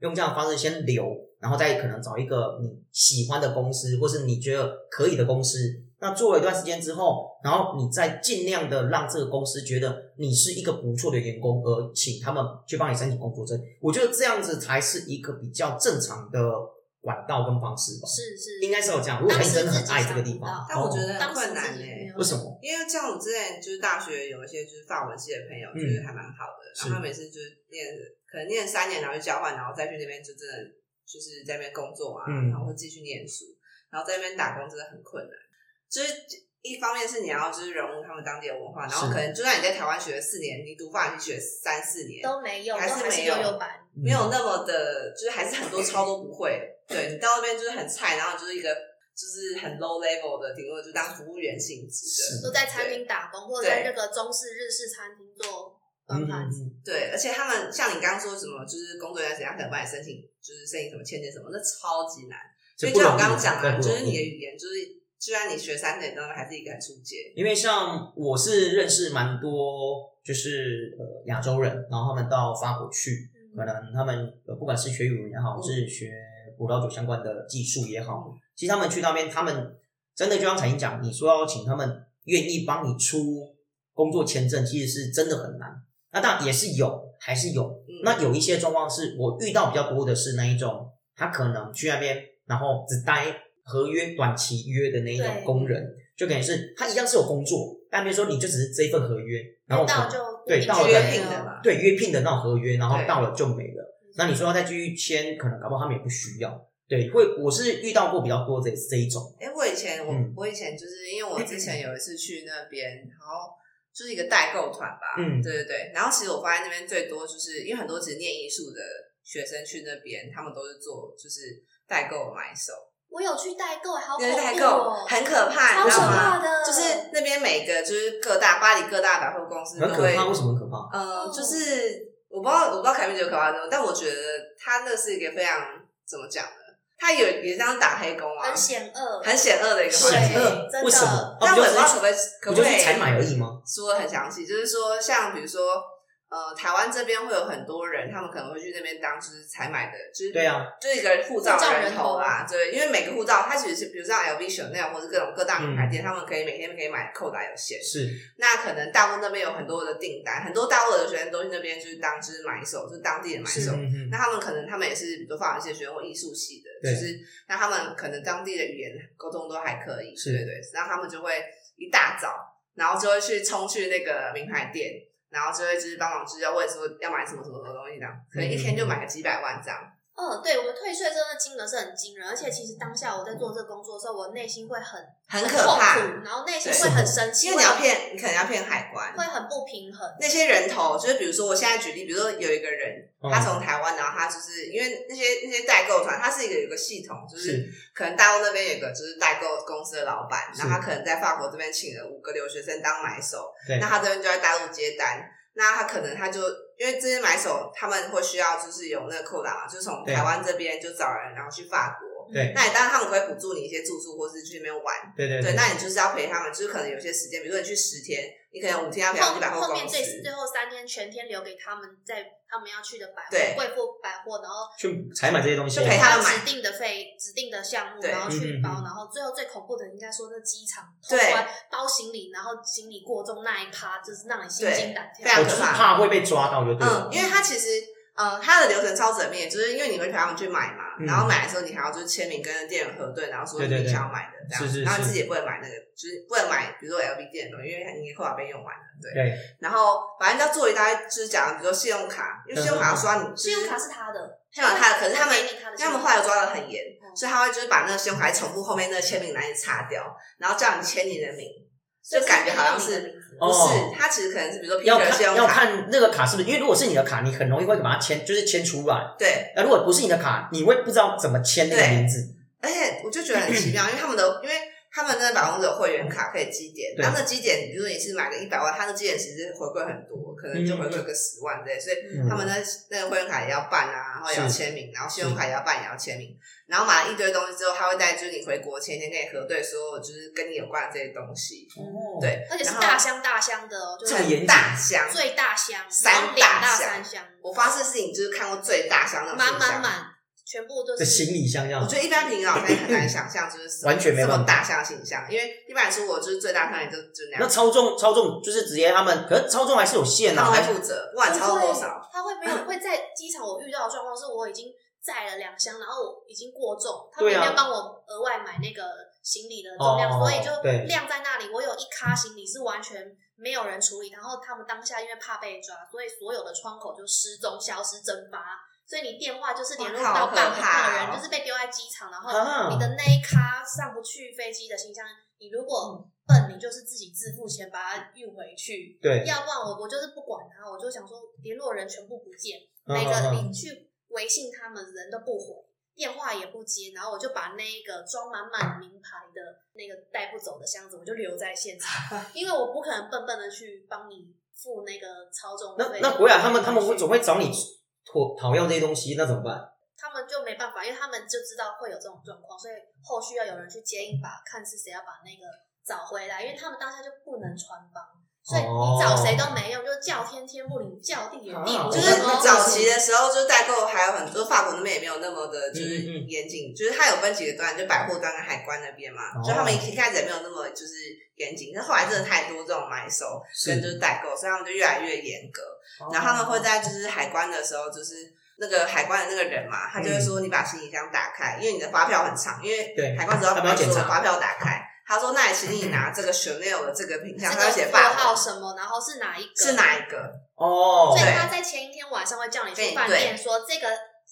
Speaker 2: 用这样的方式先留，然后再可能找一个你喜欢的公司，或是你觉得可以的公司。那做了一段时间之后，然后你再尽量的让这个公司觉得你是一个不错的员工，而请他们去帮你申请工作证。我觉得这样子才是一个比较正常的管道跟方式吧，
Speaker 3: 是是
Speaker 2: 应该是要嗯嗯这样。如果
Speaker 3: 当
Speaker 2: 你
Speaker 3: 时
Speaker 2: 真的很
Speaker 3: 自己
Speaker 2: 爱这
Speaker 3: 想
Speaker 2: 个
Speaker 3: 不
Speaker 2: 地方
Speaker 3: 到，
Speaker 1: 但我觉得很
Speaker 2: 哦
Speaker 3: 当时
Speaker 1: 困难
Speaker 3: 自己
Speaker 1: 欸
Speaker 3: 没有
Speaker 2: 为什么？
Speaker 1: 因为像我之前就是大学有一些就是法文系的朋友，
Speaker 2: 嗯
Speaker 1: 就是还蛮好的，然
Speaker 2: 是
Speaker 1: 后他们也是就是念可能念三年，然后去交换，然后再去那边就真的就是在那边工作啊，然
Speaker 2: 嗯
Speaker 1: 后继续念书，然后在那边打工真的很困难。就是一方面是你要就是融入他们当地的文化，然后
Speaker 2: 是
Speaker 1: 可能就算你在台湾学了四年，你读法语学三四年，
Speaker 3: 都没有，都
Speaker 1: 还是
Speaker 3: 还是
Speaker 1: 没有
Speaker 3: 幼幼班。
Speaker 2: 嗯
Speaker 1: 没有那么的，就是还是很多超都不会。对你到那边就是很菜，然后就是一个就是很 low level 的，顶多就当服务员性质的。
Speaker 2: 是
Speaker 3: 都在餐厅打工，或者在那个中式、日式餐厅做端
Speaker 2: 嗯
Speaker 3: 盘子。
Speaker 2: 嗯
Speaker 1: 对，而且他们像你刚刚说什么，就是工作人员怎样可能帮你申请，就是申请什么签证什么，那超级难。所以就像我刚刚讲
Speaker 2: 这
Speaker 1: 的，啊
Speaker 2: 不
Speaker 1: 就
Speaker 2: 容易
Speaker 1: 是你的语言，就是虽然你学三年，但还是一个很出界。
Speaker 2: 因为像我是认识蛮多，就是呃亚洲人，然后他们到法国去，
Speaker 3: 嗯
Speaker 2: 可能他们呃不管是学语文也好，
Speaker 1: 嗯
Speaker 2: 是学葡萄酒相关的技术也好，其实他们去那边，他们真的就像彩英讲，你说要请他们愿意帮你出工作签证，其实是真的很难。那当然也是有，还是有。
Speaker 1: 嗯
Speaker 2: 那有一些状况是我遇到比较多的是那一种，他可能去那边，然后只待合约短期约的那一种
Speaker 3: 对
Speaker 2: 工人，就等于是他一样是有工作，但比如说你就只是这一份合约，然后可能
Speaker 3: 到嗯就
Speaker 2: 对到了
Speaker 1: 约聘的吧，
Speaker 2: 对约聘的那种合约，然后
Speaker 1: 对
Speaker 2: 到了就没了。那你说要再继续签，可能搞不好他们也不需要。对，会我是遇到过比较多这这一种，
Speaker 1: 哎、我以前我、
Speaker 2: 嗯
Speaker 1: 我以前就是因为我之前有一次去那边，然后就是一个代购团吧，
Speaker 2: 嗯
Speaker 1: 对对对。然后其实我发现那边最多就是因为很多其实念艺术的学生去那边，他们都是做就是代购买手，
Speaker 3: 我有去代购，好恐
Speaker 1: 那
Speaker 3: 怖
Speaker 1: 个代购
Speaker 3: 哦，
Speaker 1: 很可怕，
Speaker 3: 超
Speaker 1: 你知
Speaker 3: 可
Speaker 1: 道
Speaker 3: 怕
Speaker 1: 吗？
Speaker 3: 的，
Speaker 1: 就是那边每个就是各大巴黎各大百货公司
Speaker 2: 很
Speaker 1: 都
Speaker 2: 可
Speaker 1: 会
Speaker 2: 怕。为什么很可怕？
Speaker 3: 哦
Speaker 1: 呃，就是我不知道，我不知道凯米觉得可怕的，但我觉得他那是一个非常怎么讲呢？他有也像打黑工啊
Speaker 3: 很，险恶，
Speaker 1: 很险恶的一个环
Speaker 2: 险
Speaker 1: 境。
Speaker 2: 恶
Speaker 3: 真，的
Speaker 2: 为什么？
Speaker 1: 但
Speaker 2: 啊
Speaker 1: 我
Speaker 2: 不
Speaker 1: 也
Speaker 2: 就
Speaker 1: 不
Speaker 2: 是
Speaker 1: 知道可不可以，可
Speaker 2: 不
Speaker 1: 不
Speaker 2: 就
Speaker 1: 可
Speaker 2: 是
Speaker 1: 以
Speaker 2: 采买而已吗？
Speaker 1: 说的很详细，就是说，像比如说，呃，台湾这边会有很多人，他们可能会去那边当就是采买的，就是
Speaker 2: 对啊，
Speaker 1: 就是一个护照
Speaker 3: 护照
Speaker 1: 人
Speaker 3: 人
Speaker 1: 头
Speaker 3: 头
Speaker 1: 啦，对，因为每个护照它其实是，比如像 LV、Chanel 或者各种各大名牌店，他们可以每天可以买扣打有限。
Speaker 2: 嗯是
Speaker 1: 那可能大陆那边有很多的订单，很多大陆的学生都去那边就是当就是买手，就是当地的买
Speaker 2: 是
Speaker 1: 手。
Speaker 2: 嗯嗯
Speaker 1: 那他们可能他们也是，比如说法文系的学生或艺术系的，
Speaker 2: 对
Speaker 1: 就是那他们可能当地的语言沟通都还可以，
Speaker 2: 是
Speaker 1: 对对，然后他们就会一大早，然后就会去冲去那个名牌店，然后就会就是帮忙就是要问说要买什么什么什么东西这样，可能一天就买个几百万这样，
Speaker 3: 嗯，对我们退税真的金额是很惊人，而且其实当下我在做这个工作的时候，我内心会很
Speaker 1: 很可
Speaker 3: 痛
Speaker 1: 怕。
Speaker 3: 苦，然后内心会很生气，
Speaker 1: 因为
Speaker 3: 会
Speaker 1: 你要
Speaker 3: 很
Speaker 1: 骗，你可能要骗海关。
Speaker 3: 会很不平衡。
Speaker 1: 那些人头，就是比如说，我现在举例，比如说有一个人，
Speaker 2: 嗯
Speaker 1: 他从台湾，然后他就是因为那些那些代购团，他是一个有一个系统，就是
Speaker 2: 是
Speaker 1: 可能大陆那边有个就是代购公司的老板，
Speaker 2: 是
Speaker 1: 然后他可能在法国这边请了五个留学生当买手，
Speaker 2: 对
Speaker 1: 那他这边就在大陆接单，那他可能他就因为这些买手他们会需要就是有那个扣打嘛，就是从
Speaker 2: 对
Speaker 1: 台湾这边就找人，然后去法国，
Speaker 3: 嗯
Speaker 2: 对
Speaker 1: 那你当然他们会补助你一些住宿或是去那边玩，
Speaker 2: 对对
Speaker 1: 对，那你就是要陪他们，就是可能有些时间，比如说你去十天，你可能五天要陪他
Speaker 3: 后
Speaker 1: 们去百货
Speaker 3: 后
Speaker 1: 公
Speaker 3: 面
Speaker 1: 司，
Speaker 3: 最最后三天全天留给他们在他们要去的百
Speaker 1: 对
Speaker 3: 货贵妇百货，然后
Speaker 2: 去采买这些东西啊
Speaker 1: 就，陪他们买
Speaker 3: 指定的费指定的项目，
Speaker 1: 对
Speaker 3: 然后去
Speaker 2: 嗯嗯
Speaker 3: 包，
Speaker 2: 嗯
Speaker 3: 然后最后最恐怖的应该说那机场通
Speaker 1: 对
Speaker 3: 关包行李，然后行李过重那一趴，就是让你心惊胆
Speaker 1: 对非常可
Speaker 2: 我
Speaker 3: 跳
Speaker 2: 就。是
Speaker 1: 怕
Speaker 2: 怕会被抓到，就对
Speaker 1: 嗯
Speaker 2: 了，。
Speaker 1: 因为他其实呃，他的流程超缜密，就是因为你会陪他们去买嘛，
Speaker 2: 嗯
Speaker 1: 然后买的时候你还要就是签名跟店员核对，然后说
Speaker 2: 对
Speaker 1: 你
Speaker 2: 对对
Speaker 1: 想要买的这样，
Speaker 2: 是是
Speaker 1: 然后
Speaker 2: 是
Speaker 1: 你自己也不能买那个，就是不能买，比如说 LV 店的东西，因为你的扣卡被用完了，对。
Speaker 2: 对，
Speaker 1: 然后反正要做一大堆，就是讲比如说信用卡，因为信用卡要刷你
Speaker 3: 信用卡是他的，
Speaker 1: 信用卡他的，可是他们
Speaker 3: 给你嗯他的信用卡，
Speaker 1: 因为他们后来抓的很严，
Speaker 3: 嗯
Speaker 1: 所以他会就是把那个信用卡重复后面那个签名栏也擦掉，然后叫你签你的名，就感觉好像
Speaker 3: 所以
Speaker 1: 是
Speaker 3: 用你的名字
Speaker 1: 不
Speaker 2: 哦
Speaker 1: 是？他其实可能是比如说 p e
Speaker 2: 要
Speaker 1: t 信
Speaker 2: 看
Speaker 1: 用
Speaker 2: 要
Speaker 1: 卡，
Speaker 2: 看那个卡是不是，因为如果是你的卡，你很容易会把它签，就是签出来。
Speaker 1: 对，
Speaker 2: 那如果不是你的卡，你会不知道怎么签那个
Speaker 1: 对
Speaker 2: 名字。
Speaker 1: 而且我就觉得很奇妙， 因为他们的，因为他们那个百公司有会员卡可以积点，
Speaker 2: 对
Speaker 1: 然后那积点，比如说你是买个一百万，他的积点其实回馈很多，可能就回馈个十万之类，所以
Speaker 2: 嗯
Speaker 1: 他们的那个会员卡也要办啊，然后也要
Speaker 2: 是
Speaker 1: 签名，然后信用卡也要办，也要签名，然后买了一堆东西之后，他会带就是你回国前先跟你核对所有就是跟你有关的这些东西，
Speaker 2: 哦
Speaker 1: 对，
Speaker 3: 而且是
Speaker 1: 然后
Speaker 3: 大箱大箱的哦，就
Speaker 2: 这么
Speaker 3: 是
Speaker 2: 严谨
Speaker 1: 大箱，
Speaker 3: 最大箱，
Speaker 1: 三
Speaker 3: 然后两
Speaker 1: 大
Speaker 3: 大
Speaker 1: 箱
Speaker 3: 三箱，
Speaker 1: 我发誓是你就是看过最大箱那种
Speaker 3: 满
Speaker 1: 信
Speaker 3: 满
Speaker 1: 箱。
Speaker 3: 满，全部都
Speaker 2: 这
Speaker 3: 是
Speaker 2: 行李箱这样
Speaker 1: 我觉得一般平常好像很难想象，就是什么
Speaker 2: 完全没
Speaker 1: 这
Speaker 2: 办法
Speaker 1: 么大箱形象，因为一般来说我就是最大箱也就就那样
Speaker 2: 那。超重超重就是直接他们，可是超重还是有限
Speaker 1: 他
Speaker 2: 啊，
Speaker 1: 们
Speaker 2: 还
Speaker 1: 会负责，不管超过多少，
Speaker 3: 他会没有会在机场我遇到的状况是我已经载了两箱，然后我已经过重，他们
Speaker 2: 对啊
Speaker 3: 要帮我额外买那个行李的重量，
Speaker 2: 哦
Speaker 3: 所以
Speaker 2: 对
Speaker 3: 就晾在那里。我有一咖行李是完全没有人处理，然后他们当下因为怕被抓，所以所有的窗口就失踪、消失、蒸发。所以你电话就是联络
Speaker 1: 哇好
Speaker 3: 到
Speaker 1: 可
Speaker 3: 半
Speaker 1: 怕哦
Speaker 3: 个
Speaker 1: 嗯
Speaker 3: 人，就是被丢在机场，然后
Speaker 2: 啊
Speaker 3: 你的那一咖上不去飞机的行李箱，你如果笨，你就是自己自付钱把它运回去。
Speaker 2: 对，
Speaker 3: 要不然我我就是不管他，我就想说联络人全部不见，
Speaker 2: 嗯
Speaker 3: 每个
Speaker 2: 嗯
Speaker 3: 你去微信他们人都不回，电话也不接，然后我就把那一个装满满名牌的那个带不走的箱子，我就留在现场， 因为我不可能笨笨的去帮你付那个超重
Speaker 2: 那
Speaker 3: 费。
Speaker 2: 那回来他们他们会总会找你讨讨要这些东西，那怎么办？
Speaker 3: 他们就没办法，因为他们就知道会有这种状况，所以后续要有人去接应把，看是谁要把那个找回来，因为他们当下就不能穿帮，所以
Speaker 2: 哦
Speaker 3: 你找谁都没用，就叫天天不灵，叫地也地
Speaker 2: 啊
Speaker 3: 不灵。
Speaker 1: 就是早期的时候，就是代购还有很多法国那边也没有那么的，就是
Speaker 2: 嗯嗯
Speaker 1: 严谨，就是它有分几个端，就百货端跟海关那边嘛，
Speaker 2: 哦
Speaker 1: 就他们一开始也没有那么就是严谨，但后来真的太多这种买手
Speaker 2: 是哦
Speaker 1: 跟就是代购，所以他们就越来越严格。然后他们会在就是海关的时候，就是那个海关的那个人嘛，他就会
Speaker 2: 嗯
Speaker 1: 说你把行李箱打开，因为你的发票很长，因为
Speaker 2: 哦对
Speaker 1: 海关只要
Speaker 2: 他们要
Speaker 1: 说
Speaker 2: 检查
Speaker 1: 发票打开，他说那你请你拿这个 Chanel 的这个品
Speaker 3: 这
Speaker 1: 相，
Speaker 3: 个
Speaker 1: 他会写
Speaker 3: 符
Speaker 1: 法
Speaker 3: 号
Speaker 1: 国
Speaker 3: 什么，然后是哪一个？
Speaker 1: 是哪一个，
Speaker 2: 哦
Speaker 3: 所以
Speaker 1: 对
Speaker 3: 他在前一天晚上会叫你去
Speaker 1: 对
Speaker 3: 饭
Speaker 1: 对
Speaker 3: 店说这个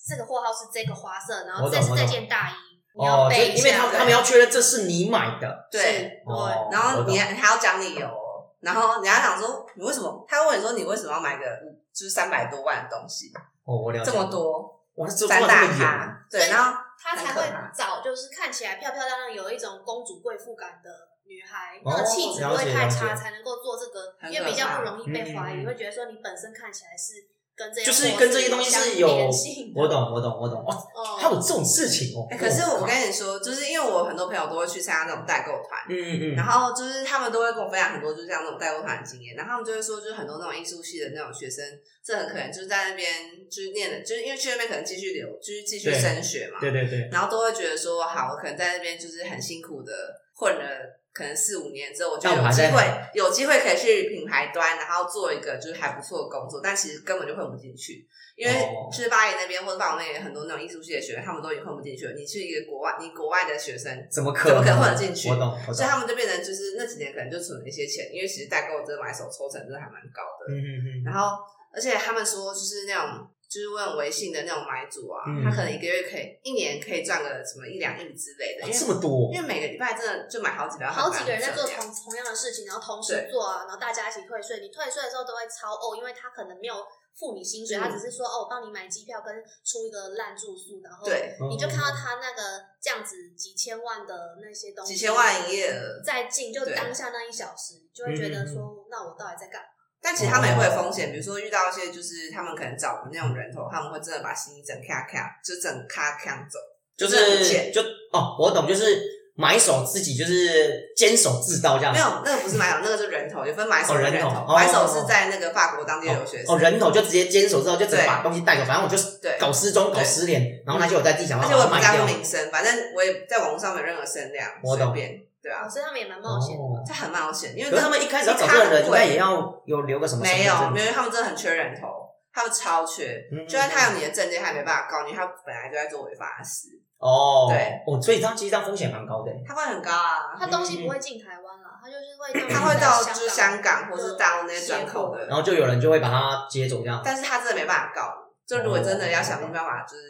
Speaker 3: 这个货号是这个花色，然后
Speaker 2: 我
Speaker 3: 这
Speaker 2: 懂
Speaker 3: 是
Speaker 2: 我
Speaker 3: 这
Speaker 2: 懂
Speaker 3: 件大衣，你
Speaker 2: 哦，
Speaker 3: 要
Speaker 2: 就是
Speaker 3: 背一
Speaker 2: 因为
Speaker 3: 下
Speaker 2: 他。他们要确认这是你买的，
Speaker 3: 对
Speaker 1: 对。
Speaker 3: 是
Speaker 2: 哦
Speaker 3: 对，
Speaker 1: 然后你
Speaker 2: 我
Speaker 1: 还还要讲理由哦，然后你还想说你为什么？他会问你说你为什么要买个五就是三百多万的东西，
Speaker 2: 哦，我了解
Speaker 1: 这么，多
Speaker 2: 哇，这
Speaker 1: 三
Speaker 2: 这
Speaker 1: 大
Speaker 2: 么啊严，
Speaker 1: 咖，对，然后
Speaker 3: 他才
Speaker 1: 很可怕
Speaker 3: 会找就是看起来漂漂亮亮，有一种公主贵妇感的女孩，
Speaker 2: 哦
Speaker 3: 那个气质不会太
Speaker 2: 了解了
Speaker 3: 差，
Speaker 2: 解
Speaker 3: 才能够做这个
Speaker 1: 很可，怕
Speaker 3: 因为比较不容易被怀
Speaker 2: 嗯嗯
Speaker 3: 疑，
Speaker 2: 嗯
Speaker 3: 会觉得说你本身看起来是跟这些
Speaker 2: 就是
Speaker 3: 活
Speaker 2: 跟这些东西
Speaker 3: 相
Speaker 2: 是有
Speaker 3: 连性的
Speaker 2: 我，懂我懂我懂，哦，
Speaker 3: 嗯
Speaker 2: 还有这种事情哦
Speaker 1: 哎、。可是我跟你说，就是因为我很多朋友都会去参加那种代购团。
Speaker 2: 嗯嗯
Speaker 1: 然
Speaker 2: 嗯，
Speaker 1: 后就是他们都会跟我分享很多就是像那种代购团的经验，然后他们就会说，就是很多那种艺术系的那种学生，这很可能就是在那边就是念的，就是因为去那边可能继续留，就是继续
Speaker 2: 对
Speaker 1: 升学嘛，
Speaker 2: 对对对，
Speaker 1: 然后都会觉得说，好，我可能在那边就是很辛苦的混了，可能四五年之后，我就
Speaker 2: 但我
Speaker 1: 有
Speaker 2: 还
Speaker 1: 机
Speaker 2: 在
Speaker 1: 会有机会可以去品牌端，然后做一个就是还不错的工作，但其实根本就混不进去，因为
Speaker 2: 哦
Speaker 1: 就是巴黎那边或者法国那边很多那种艺术系的学生，他们都已经混不进去了。你去一个国外，你国外的学生，
Speaker 2: 怎么可
Speaker 1: 怎么可能
Speaker 2: 能
Speaker 1: 混得进去
Speaker 2: 我懂我
Speaker 1: 所
Speaker 2: 懂
Speaker 1: 以，他们就变成就是那几年可能就存了一些钱，因为其实代购真的买手抽成真的还蛮高的。
Speaker 2: 嗯嗯嗯，
Speaker 1: 然后而且他们说就是那种就是问微信的那种买主啊，
Speaker 2: 嗯
Speaker 1: 他可能一个月可以一年可以赚个什么一两亿之类的，
Speaker 2: 哇
Speaker 1: 因为
Speaker 2: 哦啊这么多嗯
Speaker 1: 因为每个礼拜真的就买好几百万，
Speaker 3: 好几个人在做
Speaker 1: 这样
Speaker 3: 同同样的事情，然后同时
Speaker 1: 对
Speaker 3: 做啊，然后大家一起退税。你退税的时候都会超哦，因为他可能没有付你薪水，
Speaker 1: 嗯
Speaker 3: 他只是说哦，我帮你买机票跟出一个烂住宿，然后
Speaker 1: 对
Speaker 2: 嗯
Speaker 3: 你就看到他那个这样子几千万的那些东西，
Speaker 1: 几千万营业额。
Speaker 3: 再进，就
Speaker 1: 对啊嗯
Speaker 3: 当下那一小时，你就会觉得说，那我到底在干嘛？
Speaker 1: 但其实他们也会有风险，比如说遇到一些就是他们可能找的那种人头，他们会真的把行李整咔咔，就整咔咔走。
Speaker 2: 就
Speaker 1: 就是
Speaker 2: 是
Speaker 1: 钱
Speaker 2: 就哦，我懂，就是买手自己就是坚守自盗这样
Speaker 1: 没。有，那个不是买手，那个是人头，有分买手
Speaker 2: 哦
Speaker 1: 跟
Speaker 2: 人头
Speaker 1: 头。
Speaker 2: 哦
Speaker 1: 买手是在那个法国当地的留学生
Speaker 2: 哦，，人头就直接坚守之后，就直接
Speaker 1: 对
Speaker 2: 把东西带走，反正我就是
Speaker 1: 对，
Speaker 2: 搞失踪、搞
Speaker 1: 对
Speaker 2: 失联，然后他就有在自己想
Speaker 1: 而
Speaker 2: 办
Speaker 1: 且我也
Speaker 2: 法
Speaker 1: 不
Speaker 2: 哦卖
Speaker 1: 在乎
Speaker 2: 掉。
Speaker 1: 名声，反正我也在网络上没有任何声量，
Speaker 2: 我懂
Speaker 1: 随便，对啊
Speaker 3: 哦，，所以他们也蛮冒险的。
Speaker 2: 哦
Speaker 1: 他很冒险，因为
Speaker 2: 可是他们一开始要找这个
Speaker 1: 咖很
Speaker 2: 人，
Speaker 1: 贵
Speaker 2: 应该也要有留个什么身份
Speaker 1: 没
Speaker 2: 证
Speaker 1: 有，没有，他们真的很缺人头，他们超缺。
Speaker 2: 嗯嗯
Speaker 1: 就算他有你的证件，他也没办法告你，他本来就在做违法的事，
Speaker 2: 哦，
Speaker 1: 对，
Speaker 2: 哦，所以他其实这样风险蛮高的。
Speaker 1: 他会很高啊。
Speaker 3: 他东西不会进台湾啦，他就是会
Speaker 1: 他会到
Speaker 3: 在
Speaker 1: 就是香港或是大陆那些
Speaker 3: 些
Speaker 1: 转口的
Speaker 2: 嗯然，后就有人就会把他接走这样。
Speaker 1: 但是他真的没办法告你。就如果真的要想尽办法就是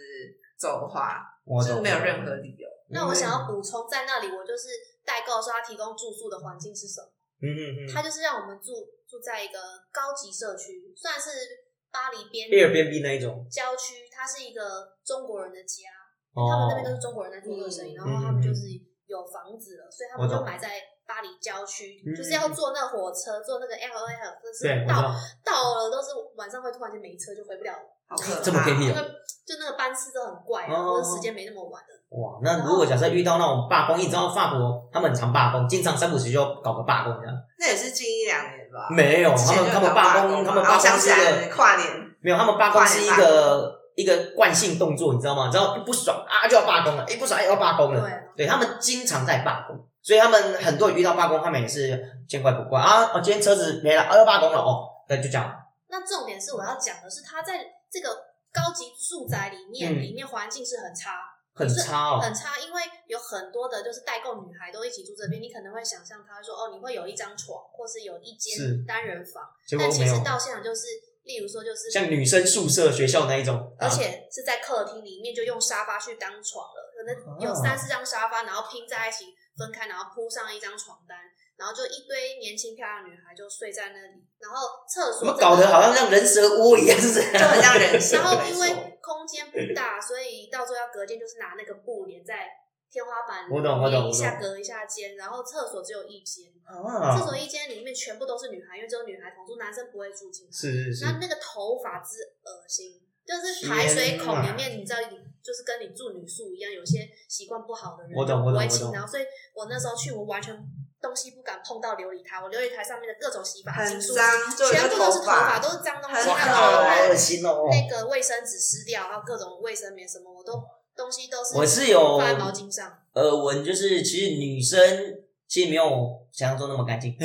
Speaker 1: 走的话，
Speaker 2: 哦我
Speaker 1: 就是
Speaker 2: 懂
Speaker 1: 没有任何理由。
Speaker 3: 那我想要补充，在那里我就是代购的时候，他提供住宿的环境是什么？
Speaker 2: 嗯嗯嗯
Speaker 3: 他就是让我们住住在一个高级社区，算是巴黎边
Speaker 2: ，Airbnb 那一种，
Speaker 3: 郊区，它是一个中国人的家，
Speaker 2: 哦
Speaker 3: 他们那边都是中国人在做这个生意，
Speaker 1: 嗯
Speaker 3: 然后他们就是有房子了，所以他们
Speaker 2: 我
Speaker 3: 就
Speaker 2: 懂
Speaker 3: 买在巴黎郊区，
Speaker 2: 嗯
Speaker 3: 就是要坐那火车，坐那个 L O L，就是
Speaker 2: 对，我知
Speaker 3: 到
Speaker 2: 道，
Speaker 3: 到了都是晚上会突然间没车就回不了，
Speaker 1: 好可怕，
Speaker 2: 这么偏僻
Speaker 3: 因为
Speaker 2: 哦
Speaker 3: 就那个班次都很怪啊，
Speaker 2: 哦
Speaker 3: 或者时间没那么晚了。
Speaker 2: 哇，那如果假设遇到那种罢工，你知道法国他们很常罢工，经常三不五时就搞个罢工这样。
Speaker 1: 那也是近一两年吧。
Speaker 2: 没有，
Speaker 1: 之
Speaker 2: 他
Speaker 1: 前
Speaker 2: 们
Speaker 1: 就
Speaker 2: 他们
Speaker 1: 有
Speaker 2: 罢工，
Speaker 1: 工
Speaker 2: 他
Speaker 1: 嘛
Speaker 2: 们
Speaker 1: 然后
Speaker 2: 罢工
Speaker 1: 想
Speaker 2: 是
Speaker 1: 起
Speaker 2: 一
Speaker 1: 来
Speaker 2: 个
Speaker 1: 跨年，
Speaker 2: 没有，他们罢工是一
Speaker 1: 跨年
Speaker 2: 个一个惯性动作，你知道吗？只要一不爽啊就要罢工了，一不爽又要罢工了。
Speaker 3: 对，
Speaker 2: 对他们经常在罢工，所以他们很多人遇到罢工，他们也是见怪不怪啊。哦，今天车子没了，啊，又罢工了哦，对，就这样。
Speaker 3: 那重点是我要讲的是，他在这个高级住宅里面，
Speaker 2: 嗯
Speaker 3: 里面环境是很差。
Speaker 2: 很差哦，
Speaker 3: 很差，因为有很多的就是代购女孩都一起住这边，你可能会想象她说哦，你会有一张床，或是有一
Speaker 2: 是
Speaker 3: 间单人房，
Speaker 2: 结果
Speaker 3: 但其
Speaker 2: 没
Speaker 3: 实
Speaker 2: 有。
Speaker 3: 到现场就是，例如说就是，
Speaker 2: 像啊女生宿舍、学校那一种，
Speaker 3: 而且是在客厅里面就用沙发去当床了，可能有
Speaker 2: 哦
Speaker 3: 三四张沙发，然后拼在一起分开，然后铺上一张床单，然后就一堆年轻漂亮的女孩就睡在那里，然后厕
Speaker 2: 怎
Speaker 3: 所
Speaker 2: 么
Speaker 3: 整
Speaker 2: 搞
Speaker 3: 个
Speaker 2: 得好像像人蛇窝一样，是不是？
Speaker 1: 就很像人生。
Speaker 3: 然后
Speaker 1: 没
Speaker 3: 因
Speaker 1: 错
Speaker 3: 为空间不大，所以到最后要隔间就是拿那个布帘在天花板，
Speaker 2: 我懂我懂
Speaker 3: 连一
Speaker 2: 我
Speaker 3: 下
Speaker 2: 懂
Speaker 3: 隔一下间，然后厕所只有一间，厕
Speaker 2: 啊，
Speaker 3: 所一间里面全部都是女孩，因为只有女孩同住，男生不会住进来。
Speaker 2: 是是是，
Speaker 3: 那那个头发之恶心，就是排水孔里面，你知道，就是跟你住女宿一样，有些习惯不好的人
Speaker 2: 我懂
Speaker 3: 就
Speaker 2: 我
Speaker 3: 不
Speaker 2: 懂
Speaker 3: 会
Speaker 2: 我
Speaker 3: 清
Speaker 2: 懂
Speaker 3: 然后所以我那时候去，我完全东西不敢碰到琉璃台，我琉璃台上面的各种洗发
Speaker 1: 很
Speaker 3: 精、梳
Speaker 1: 脏，就有一
Speaker 3: 全
Speaker 1: 个
Speaker 3: 部都是头发，
Speaker 1: 发，
Speaker 3: 都是脏东西，
Speaker 1: 很欸
Speaker 2: 哇
Speaker 3: 然
Speaker 2: 靠，
Speaker 3: 后
Speaker 1: 恶
Speaker 2: 好
Speaker 1: 心
Speaker 2: 恶心哦！
Speaker 3: 那个卫生纸湿掉，然后各种卫生棉什么，我都东西都是
Speaker 2: 我是有
Speaker 3: 放在毛巾上。
Speaker 2: 耳闻，呃就是其实女生其实没有想象中那么干 净。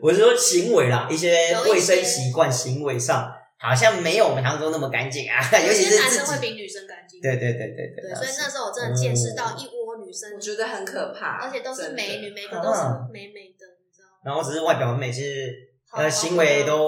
Speaker 2: 我是说行为啦，一些
Speaker 3: 有一些
Speaker 2: 卫生习惯、行为上，好像没有我们想象中那么干净啊。尤
Speaker 3: 有
Speaker 2: 其
Speaker 3: 些
Speaker 2: 是
Speaker 3: 男
Speaker 2: 自
Speaker 3: 生会
Speaker 2: 己，
Speaker 3: 比女生干净，
Speaker 2: 对对对对对
Speaker 3: 对，
Speaker 2: 倒
Speaker 3: 所以
Speaker 2: 是
Speaker 3: 那时候我真的见识到一窝女生
Speaker 1: 我，觉得很可怕，
Speaker 3: 而且都是
Speaker 1: 真的
Speaker 3: 美女，
Speaker 2: 嗯
Speaker 3: 每个都是美美的，你知道吗？
Speaker 2: 然后只是外表很美，其实
Speaker 3: 好
Speaker 2: 呃行为，都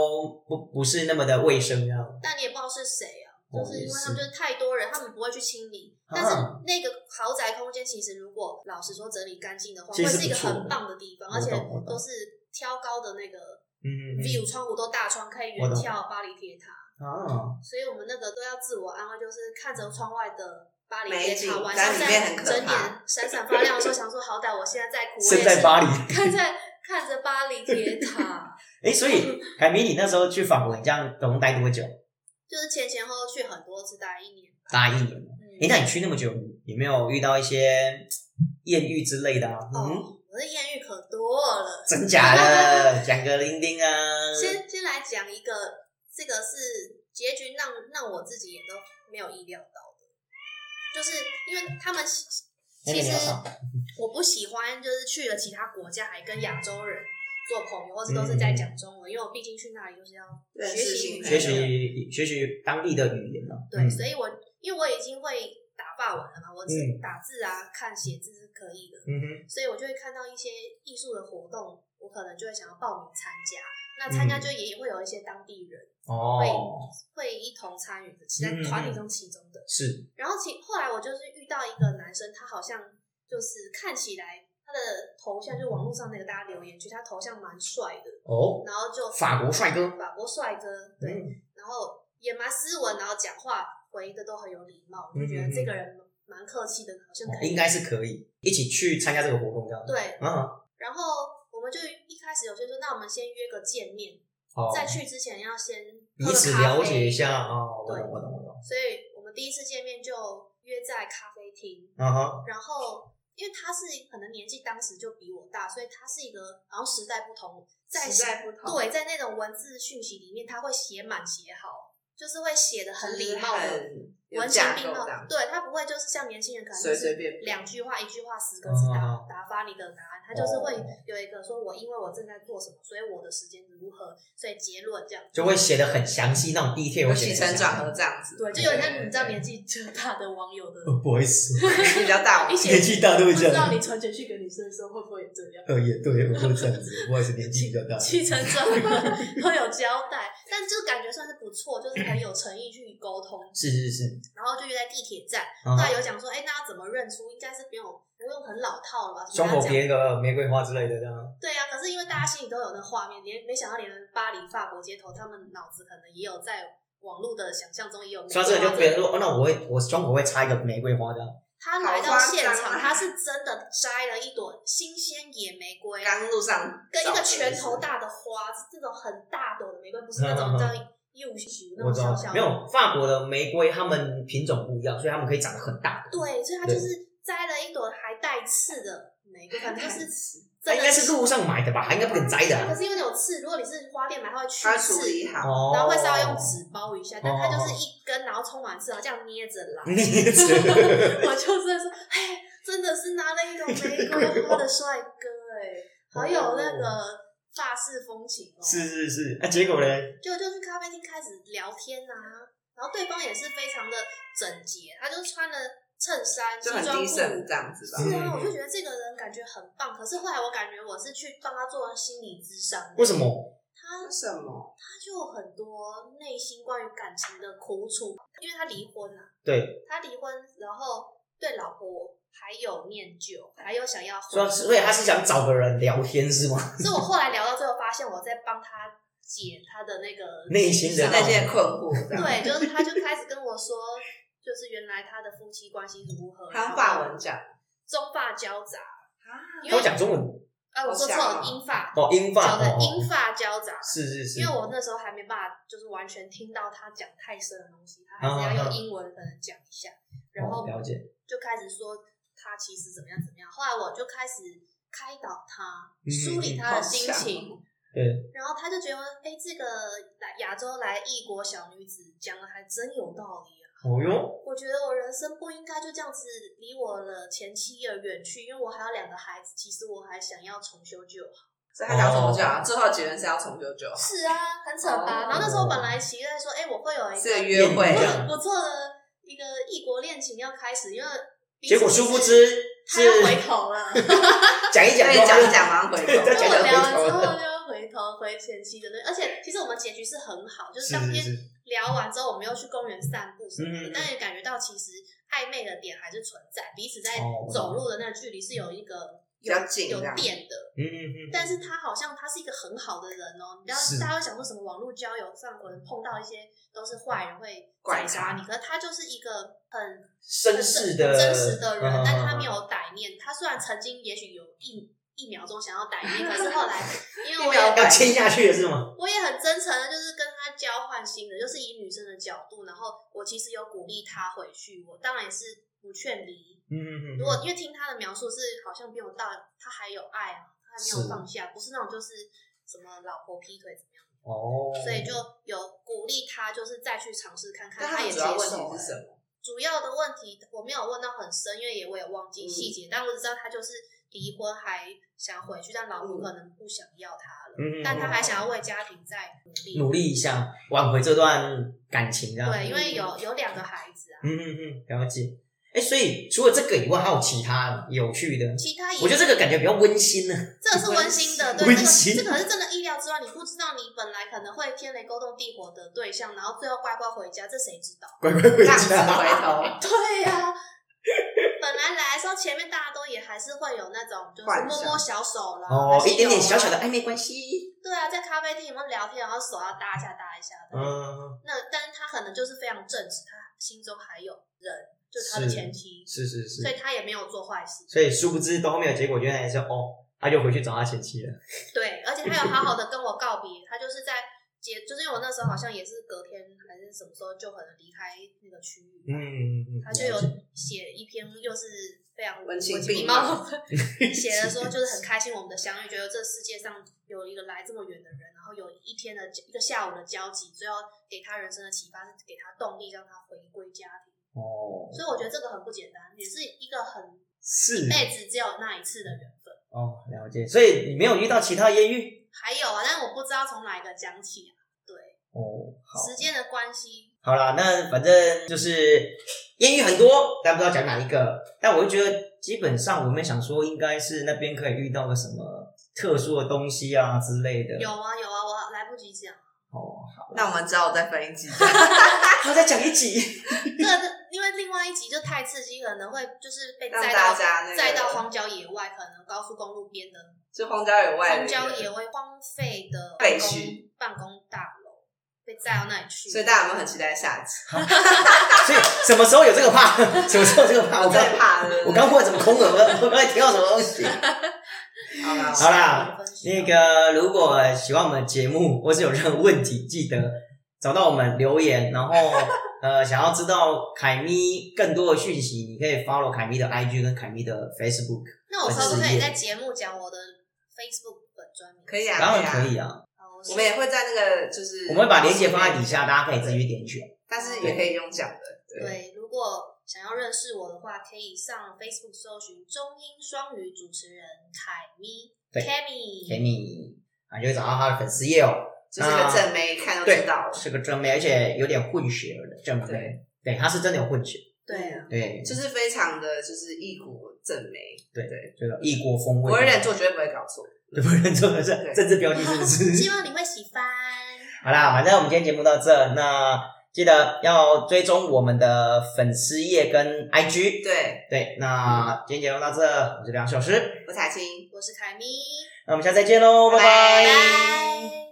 Speaker 2: 不不是那么的卫生这样。
Speaker 3: 但你也不知道是谁啊，
Speaker 2: 哦
Speaker 3: 就是因
Speaker 2: 也
Speaker 3: 为
Speaker 2: 是
Speaker 3: 他们就是太多人，他们不会去清理。
Speaker 2: 啊
Speaker 3: 但是那个豪宅空间其实如果老实说整理干净的话，
Speaker 2: 其
Speaker 3: 会
Speaker 2: 实是
Speaker 3: 是一个
Speaker 2: 不错的
Speaker 3: 很棒的地方，
Speaker 2: 我
Speaker 3: 而
Speaker 2: 懂
Speaker 3: 且
Speaker 2: 我懂
Speaker 3: 都是挑高的那个
Speaker 2: 嗯
Speaker 3: view，窗户都大窗，可以
Speaker 2: 我懂
Speaker 3: 远眺巴黎铁塔。
Speaker 2: 啊，
Speaker 3: 所以我们那个都要自我安慰，就是看着窗外的巴黎
Speaker 1: 美
Speaker 3: 铁
Speaker 1: 景
Speaker 3: 塔，晚
Speaker 1: 但
Speaker 3: 上
Speaker 1: 里
Speaker 3: 在
Speaker 1: 面很可
Speaker 3: 睁眼
Speaker 1: 怕
Speaker 3: 闪闪发亮的时候，想说好歹我现在在 国
Speaker 2: 身在巴黎。
Speaker 3: 看在看着巴黎铁塔，
Speaker 2: 哎，所以凯米，你那时候去访问，这样总共待多久？
Speaker 3: 就是前前后后去很多次，大概一年。
Speaker 2: 待一年。哎，
Speaker 3: 嗯，
Speaker 2: 那你去那么久，有没有遇到一些艳遇之类的啊？嗯，
Speaker 3: 哦，我的艳遇可多了。
Speaker 2: 真假 的，讲个零丁啊。
Speaker 3: 先先来讲一个，这个是结局让让我自己也都没有意料到的，就是因为他们其
Speaker 2: 那你
Speaker 3: 其实
Speaker 2: 聊啥
Speaker 3: 我不喜欢，就是去了其他国家还跟亚洲人做朋友，或者都是在讲中文，因为我毕竟去那里就是要
Speaker 1: 认
Speaker 3: 学
Speaker 1: 识
Speaker 3: 习
Speaker 1: 新
Speaker 3: 语
Speaker 1: 朋
Speaker 2: 学
Speaker 1: 友
Speaker 3: 言，
Speaker 2: 习学习当地的语言呢、啊？
Speaker 3: 对，
Speaker 2: 嗯
Speaker 3: 所以我因为我已经会打法文了嘛，我
Speaker 2: 嗯
Speaker 3: 字打字啊、看写字是可以的，
Speaker 2: 嗯哼，
Speaker 3: 所以我就会看到一些艺术的活动，我可能就会想要报名参加。那参加
Speaker 2: 嗯
Speaker 3: 就也会有一些当地人
Speaker 2: 哦，
Speaker 3: 会一同参与的，其在
Speaker 2: 嗯嗯嗯
Speaker 3: 团体中其中的。
Speaker 2: 是，
Speaker 3: 然后其后来我就是遇到一个男生，他好像就是看起来他的头像，就网络上那个大家留言区，他头像蛮帅的，
Speaker 2: 哦，
Speaker 3: 然后就
Speaker 2: 法国帅哥
Speaker 3: 法国帅哥，对，
Speaker 2: 嗯
Speaker 3: 然后也蛮斯文，然后讲话回的都很有礼貌，我
Speaker 2: 嗯
Speaker 3: 就
Speaker 2: 嗯
Speaker 3: 觉得
Speaker 2: 嗯哦
Speaker 3: 这个人蛮客气的，好像可以，
Speaker 2: 应该是可以一起去参加这个活动这样。
Speaker 3: 对。
Speaker 2: 啊，
Speaker 3: 然后我们就一开始有些说，那我们先约个见面，
Speaker 2: 好，
Speaker 3: 在去之前要先
Speaker 2: 哦彼
Speaker 3: 喝个
Speaker 2: 此
Speaker 3: 咖
Speaker 2: 了
Speaker 3: 啡
Speaker 2: 解一下啊、哦，我
Speaker 3: 对
Speaker 2: 懂，我懂，我懂。
Speaker 3: 所以我们第一次见面就约在咖啡厅，
Speaker 2: 啊哈，
Speaker 3: 然后因为他是可能年纪当时就比我大，所以他是一个好像时代不同，在
Speaker 1: 时代不同，
Speaker 3: 对在那种文字讯息里面，他会写满写好，就是会写的很礼貌
Speaker 1: 就是
Speaker 3: 的。
Speaker 1: 很有
Speaker 3: 文情
Speaker 1: 架
Speaker 3: 并
Speaker 1: 构
Speaker 3: 茂
Speaker 1: 这样，，
Speaker 3: 对他不会就是像年轻人可能就
Speaker 1: 随随
Speaker 3: 是
Speaker 1: 便便
Speaker 3: 两句话、一句话、十个字打
Speaker 2: 哦
Speaker 3: 打发你的答案，他就是会
Speaker 2: 哦
Speaker 3: 有一个说我因为我正在做什么，所以我的时间如何，所以结论这样
Speaker 2: 就会写的很详细，那种第一天
Speaker 1: 有
Speaker 2: 我写
Speaker 1: 起
Speaker 2: 的
Speaker 1: 承转合这样子，
Speaker 3: 对，就有点像你知道年纪较大的网友的
Speaker 2: 呃，不好意思，
Speaker 1: 纪比较大，
Speaker 4: 一
Speaker 1: 我
Speaker 4: 些
Speaker 2: 年纪大都会这样。
Speaker 4: 你传简讯给女生的时候会不会也这样？
Speaker 2: 呃，也对，我会这样子，不好意思，年纪比较 大。
Speaker 3: 七成 转合都有交代，但就感觉算是不错，就是很有诚意去沟通，
Speaker 2: 是是是，
Speaker 3: 然后就约在地铁站。
Speaker 2: 啊
Speaker 3: 后
Speaker 2: 哈
Speaker 3: 来有讲说，哎、那要怎么认出？应该是不用不用很老套了吧？
Speaker 2: 胸口
Speaker 3: 什么要
Speaker 2: 别
Speaker 3: 讲
Speaker 2: 个玫瑰花之类的这样。
Speaker 3: 对啊，可是因为大家心里都有那画面，连没想到连巴黎法国街头，他们脑子可能也有在网络的想象中也有。
Speaker 2: 说到这个，就别人
Speaker 3: 啊
Speaker 2: 说，哦，那我会，我胸口会插一个玫瑰花这样。
Speaker 3: 他来
Speaker 1: 好
Speaker 3: 到
Speaker 1: 夸张
Speaker 3: 现场，
Speaker 1: 啊
Speaker 3: 他是真的摘了一朵新鲜野玫瑰，
Speaker 1: 刚路上
Speaker 3: 跟一
Speaker 1: 找
Speaker 3: 个
Speaker 1: 的
Speaker 3: 拳
Speaker 1: 是
Speaker 3: 头大的花，是这种很大朵的玫瑰，不是那种叫幼许那
Speaker 2: 嗯我
Speaker 3: 种
Speaker 2: 知道
Speaker 3: 小小，的。
Speaker 2: 没有法国的玫瑰，它们品种不一样，所以它们可以长得很大的。
Speaker 3: 对，所以他就是摘了一朵还带刺的玫瑰，反正就是
Speaker 2: 它
Speaker 3: 真
Speaker 2: 应
Speaker 3: 的
Speaker 2: 该是路上买的吧？它应该不肯摘的
Speaker 3: 可
Speaker 2: 啊。
Speaker 3: 是因为有刺，如果你是花店买，它会去
Speaker 1: 他处
Speaker 3: 刺，
Speaker 1: 理好，
Speaker 2: 哦，
Speaker 3: 然后会稍微用纸包一下，但它就是一根，然后充满刺，然后这样捏着来。
Speaker 2: 镊子。
Speaker 3: 我就真的说，哎，真的是拿了一朵玫瑰花的帅哥， 哎，好有那个法式风情 哦。
Speaker 2: 哦是是是，啊，结果呢？
Speaker 3: 就就去咖啡厅开始聊天啊，然后对方也是非常的整洁，他就穿了衬衫、西
Speaker 1: 就很
Speaker 3: 装
Speaker 1: 低
Speaker 3: 裤
Speaker 1: 盛。这样子吧。
Speaker 3: 是
Speaker 2: 嗯
Speaker 3: 啊，我就觉得这个人感觉很棒，可是后来我感觉我是去帮他做心理咨商，
Speaker 2: 为什？么？
Speaker 3: 他
Speaker 1: 为什么？
Speaker 3: 他就有很多内心关于感情的苦楚，因为他离婚了、
Speaker 2: 对，
Speaker 3: 他离婚，然后对老婆还有念旧，还有想要
Speaker 2: 所以
Speaker 3: 婚，
Speaker 2: 所以他是想找个人聊天是吗？
Speaker 3: 所以我后来聊到最后，发现我在帮他解他的那个
Speaker 2: 内心的
Speaker 3: 情
Speaker 1: 那
Speaker 3: 伤
Speaker 1: 些困惑，这样，
Speaker 3: 对，就是他就开始跟我说，就是原来他的夫妻关系如何，
Speaker 1: 他用法文讲啊
Speaker 3: 中法交杂，因
Speaker 2: 他
Speaker 3: 为
Speaker 2: 会讲中文
Speaker 3: 啊，我说错
Speaker 1: 好强哦
Speaker 3: 了，英
Speaker 2: 哦，英法
Speaker 3: 法交杂
Speaker 2: 哦，，哦
Speaker 3: 英法交杂，
Speaker 2: 是是是，
Speaker 3: 因为我那时候还没办法，就是完全听到他讲太深的东西，他还是
Speaker 2: 啊啊
Speaker 3: 要
Speaker 2: 啊
Speaker 3: 用英文可能讲一下，然后
Speaker 2: 哦了解，
Speaker 3: 就开始说他其实怎么样怎么样，后来我就开始。开导他，
Speaker 2: 嗯
Speaker 3: 梳理他的心
Speaker 1: 好哦
Speaker 3: 情。
Speaker 2: 对，
Speaker 3: 然后他就觉得，哎、这个来亚洲来异国小女子讲的还真有道理啊！
Speaker 2: 哦哟，
Speaker 3: 我觉得我人生不应该就这样子离我的前妻而远去，因为我还有两个孩子，其实我还想要重修旧好。
Speaker 1: 所以他想要重修啊，最后的结论是要重修就好，
Speaker 3: 是啊，很扯吧？
Speaker 1: 哦
Speaker 3: 然后那时候本来期待说，哎、我会有一
Speaker 1: 是个
Speaker 3: 个
Speaker 1: 约会
Speaker 2: 对
Speaker 3: 不
Speaker 2: 啊
Speaker 3: 不错的一个异国恋情要开始，因为彼此
Speaker 2: 结果殊不知
Speaker 3: 他
Speaker 2: 是
Speaker 3: 要回头 了。
Speaker 2: 讲一讲，
Speaker 1: 对，讲一讲，马上回头，
Speaker 2: 对
Speaker 3: 跟
Speaker 2: 讲
Speaker 3: 我
Speaker 2: 一
Speaker 3: 聊
Speaker 2: 讲
Speaker 3: 完之
Speaker 2: 回头
Speaker 3: 后就会回头回前妻的，对，而且其实我们结局是很好，就是
Speaker 2: 是
Speaker 3: 当
Speaker 2: 是
Speaker 3: 天
Speaker 2: 是，
Speaker 3: 聊完之后，我们又去公园散步什么
Speaker 2: 嗯
Speaker 3: 的，但也感觉到其实暧昧的点还是存在，彼此在
Speaker 2: 哦
Speaker 3: 走路的那个距离是有一个
Speaker 1: 比较近
Speaker 3: 有
Speaker 1: 这样
Speaker 3: 电的。
Speaker 2: 嗯嗯嗯，
Speaker 3: 但是他好像他是一个很好的人哦，你不要
Speaker 2: 是
Speaker 3: 大家会想说什么网络交友上可能碰到一些都是坏人会
Speaker 1: 拐
Speaker 3: 拐
Speaker 1: 杀
Speaker 3: 杀你，可是他就是一个很
Speaker 2: 绅士的
Speaker 3: 真实的人
Speaker 2: 嗯，
Speaker 3: 但他没有歹念。他虽然曾经也许有一一秒钟想要歹 念，可是后来因为我
Speaker 1: 一秒
Speaker 3: 也
Speaker 2: 要签下去的是吗？
Speaker 3: 我也很真诚的，就是跟他交换心的，就是以女生的角度，然后我其实有鼓励他回去，我当然也是不劝离。
Speaker 2: 嗯嗯嗯，
Speaker 3: 如果因为听他的描述是好像没有到他还有爱啊，他还没
Speaker 2: 是
Speaker 3: 有放下，不是那种就是什么老婆劈腿怎么样，
Speaker 2: 哦，
Speaker 3: 所以就有鼓励他，就是再去尝试看看，
Speaker 1: 但他
Speaker 3: 也
Speaker 1: 们
Speaker 3: 接
Speaker 1: 主要问
Speaker 3: 受
Speaker 1: 题
Speaker 3: 了
Speaker 1: 是。什么？
Speaker 3: 主要的问题我没有问到很深，因为也我也忘
Speaker 2: 嗯
Speaker 3: 记细节，但我只知道他就是离婚还想回去，但老婆可能不想要他了，
Speaker 2: 嗯嗯嗯嗯
Speaker 3: 但他还想要为家庭再努力。
Speaker 2: 努力一啊下挽回这段感情，这样
Speaker 3: 对，因为有有两个孩子啊，
Speaker 2: 嗯嗯嗯，了解。哎，所以除了这个以外，还有其他有趣的？
Speaker 3: 其他也
Speaker 2: 我觉得这个感觉比较温馨呢。啊
Speaker 3: 这个是温馨的，对，
Speaker 2: 温
Speaker 3: 这
Speaker 2: 馨
Speaker 3: 个这个是真的意料之外，你不知道你本来可能会天雷勾动地火的对象，然后最后乖乖回家，这谁知道？啊
Speaker 2: 乖乖回
Speaker 1: 浪子回
Speaker 2: 家，
Speaker 1: 头，
Speaker 3: 对呀、本来来的时候，前面大家都也还是会有那种，就是
Speaker 1: 幻想
Speaker 3: 摸摸小手 啦，
Speaker 2: 哦，
Speaker 3: 还是有啊
Speaker 2: 一点点小小的暧昧关系。
Speaker 3: 对啊，在咖啡厅有没有聊天，然后手要搭一下搭一下的。
Speaker 2: 嗯，
Speaker 3: 那但是他可能就是非常正直，他心中还有人，就是他的
Speaker 2: 是
Speaker 3: 前妻，
Speaker 2: 是是
Speaker 3: 所以
Speaker 2: 是。
Speaker 3: 他也没有做坏事。
Speaker 2: 所以殊不知到后面的结果，原来是哦，他就回去找他前妻了。
Speaker 3: 对，而且他有好好的跟我告别，他就是在结，就是因为我那时候好像也是隔天还是什么时候就可能离开那个区域，
Speaker 2: 嗯，嗯嗯
Speaker 3: 他就有
Speaker 2: 了解
Speaker 3: 写一篇又是非常
Speaker 1: 文情并
Speaker 3: 并
Speaker 1: 茂
Speaker 3: 茂，写的说就 是很开心我们的相遇，觉得这世界上有一个来这么远的人，然后有一天的一个下午的交集，最后给他人生的启发是给他动力，让他回归家庭。
Speaker 2: 哦，
Speaker 3: 所以我觉得这个很不简单，也是一个很
Speaker 2: 是
Speaker 3: 一辈子只有那一次的缘分。
Speaker 2: 哦，了解。所以你没有遇到其他艳遇
Speaker 3: 还有啊，但我不知道从哪一个讲起啊。对，
Speaker 2: 哦，好。
Speaker 3: 时间的关系，
Speaker 2: 好啦，那反正就是艳遇很多，但不知道讲哪一个。但我就觉得，基本上我们想说，应该是那边可以遇到个什么特殊的东西啊之类的。
Speaker 3: 有啊有啊，我来不及讲。
Speaker 2: 哦， 啊
Speaker 1: 那我们只好再分一 集。
Speaker 2: 还要再讲一集。
Speaker 3: 这个因为另外一集就太刺激，可能会就是被
Speaker 1: 让
Speaker 3: 载
Speaker 1: 大
Speaker 3: 到
Speaker 1: 家那个
Speaker 3: 载到荒郊野外，可能高速公路边的
Speaker 1: 就荒郊野外，
Speaker 3: 荒郊野，外荒废的
Speaker 1: 废
Speaker 3: 办
Speaker 1: 墟
Speaker 3: 公办公大楼，被载到那里去。
Speaker 1: 所以大家有没有很期待下集？
Speaker 2: 所以什么时候有这个怕？ 什么时候有这个怕？我刚
Speaker 1: 最怕了，
Speaker 2: 啊我刚问怎么空耳， 我我刚才听到什么东西？
Speaker 1: 好啦
Speaker 2: 好啦
Speaker 3: 下午的分析
Speaker 2: 那个，如果喜欢我们的节目或是有任何问题，记得找到我们留言。 然后，呃，想要知道凯咪更多的讯息，你可以 follow 凯咪的 IG 跟凯咪的 Facebook，
Speaker 3: 那我可不可
Speaker 2: 事业
Speaker 3: 以在节目讲我的 Facebook 本专名？
Speaker 1: 可以啊
Speaker 2: 当然可以啊。
Speaker 3: 好，
Speaker 1: 我们也会在那个就是
Speaker 2: 我们会把链接放在底下，大家可以自己去点选。
Speaker 1: 但是也可以用讲的。
Speaker 3: 对，如果想要认识我的话，可以上 Facebook 搜寻中英双语主持人凯咪
Speaker 2: 对
Speaker 3: Kami
Speaker 2: 给
Speaker 1: 嗯
Speaker 2: 你啊，就会找到他的粉丝页哦。
Speaker 1: 就是个正妹，一看就
Speaker 2: 对
Speaker 1: 知道了，
Speaker 2: 是个正妹，而且有点混血儿的正妹
Speaker 1: 对。
Speaker 2: 对，他是真的有混血。
Speaker 3: 对啊，
Speaker 2: 对，
Speaker 1: 就是非常的就是异国正妹，
Speaker 2: 这个异国风味。
Speaker 1: 我认错绝对不会搞错。
Speaker 2: 对，不认错的是
Speaker 1: 对
Speaker 2: 政治标记是不是？
Speaker 3: 希望你会喜欢。
Speaker 2: 好啦，反正我们今天节目到这，那记得要追踪我们的粉丝页跟 IG。
Speaker 1: 对，
Speaker 2: 对，那今天节目到这，我是梁小诗，
Speaker 1: 我彩青。
Speaker 3: 我是凯咪，
Speaker 2: 那我们下次再见喽，拜
Speaker 1: 拜
Speaker 3: 拜。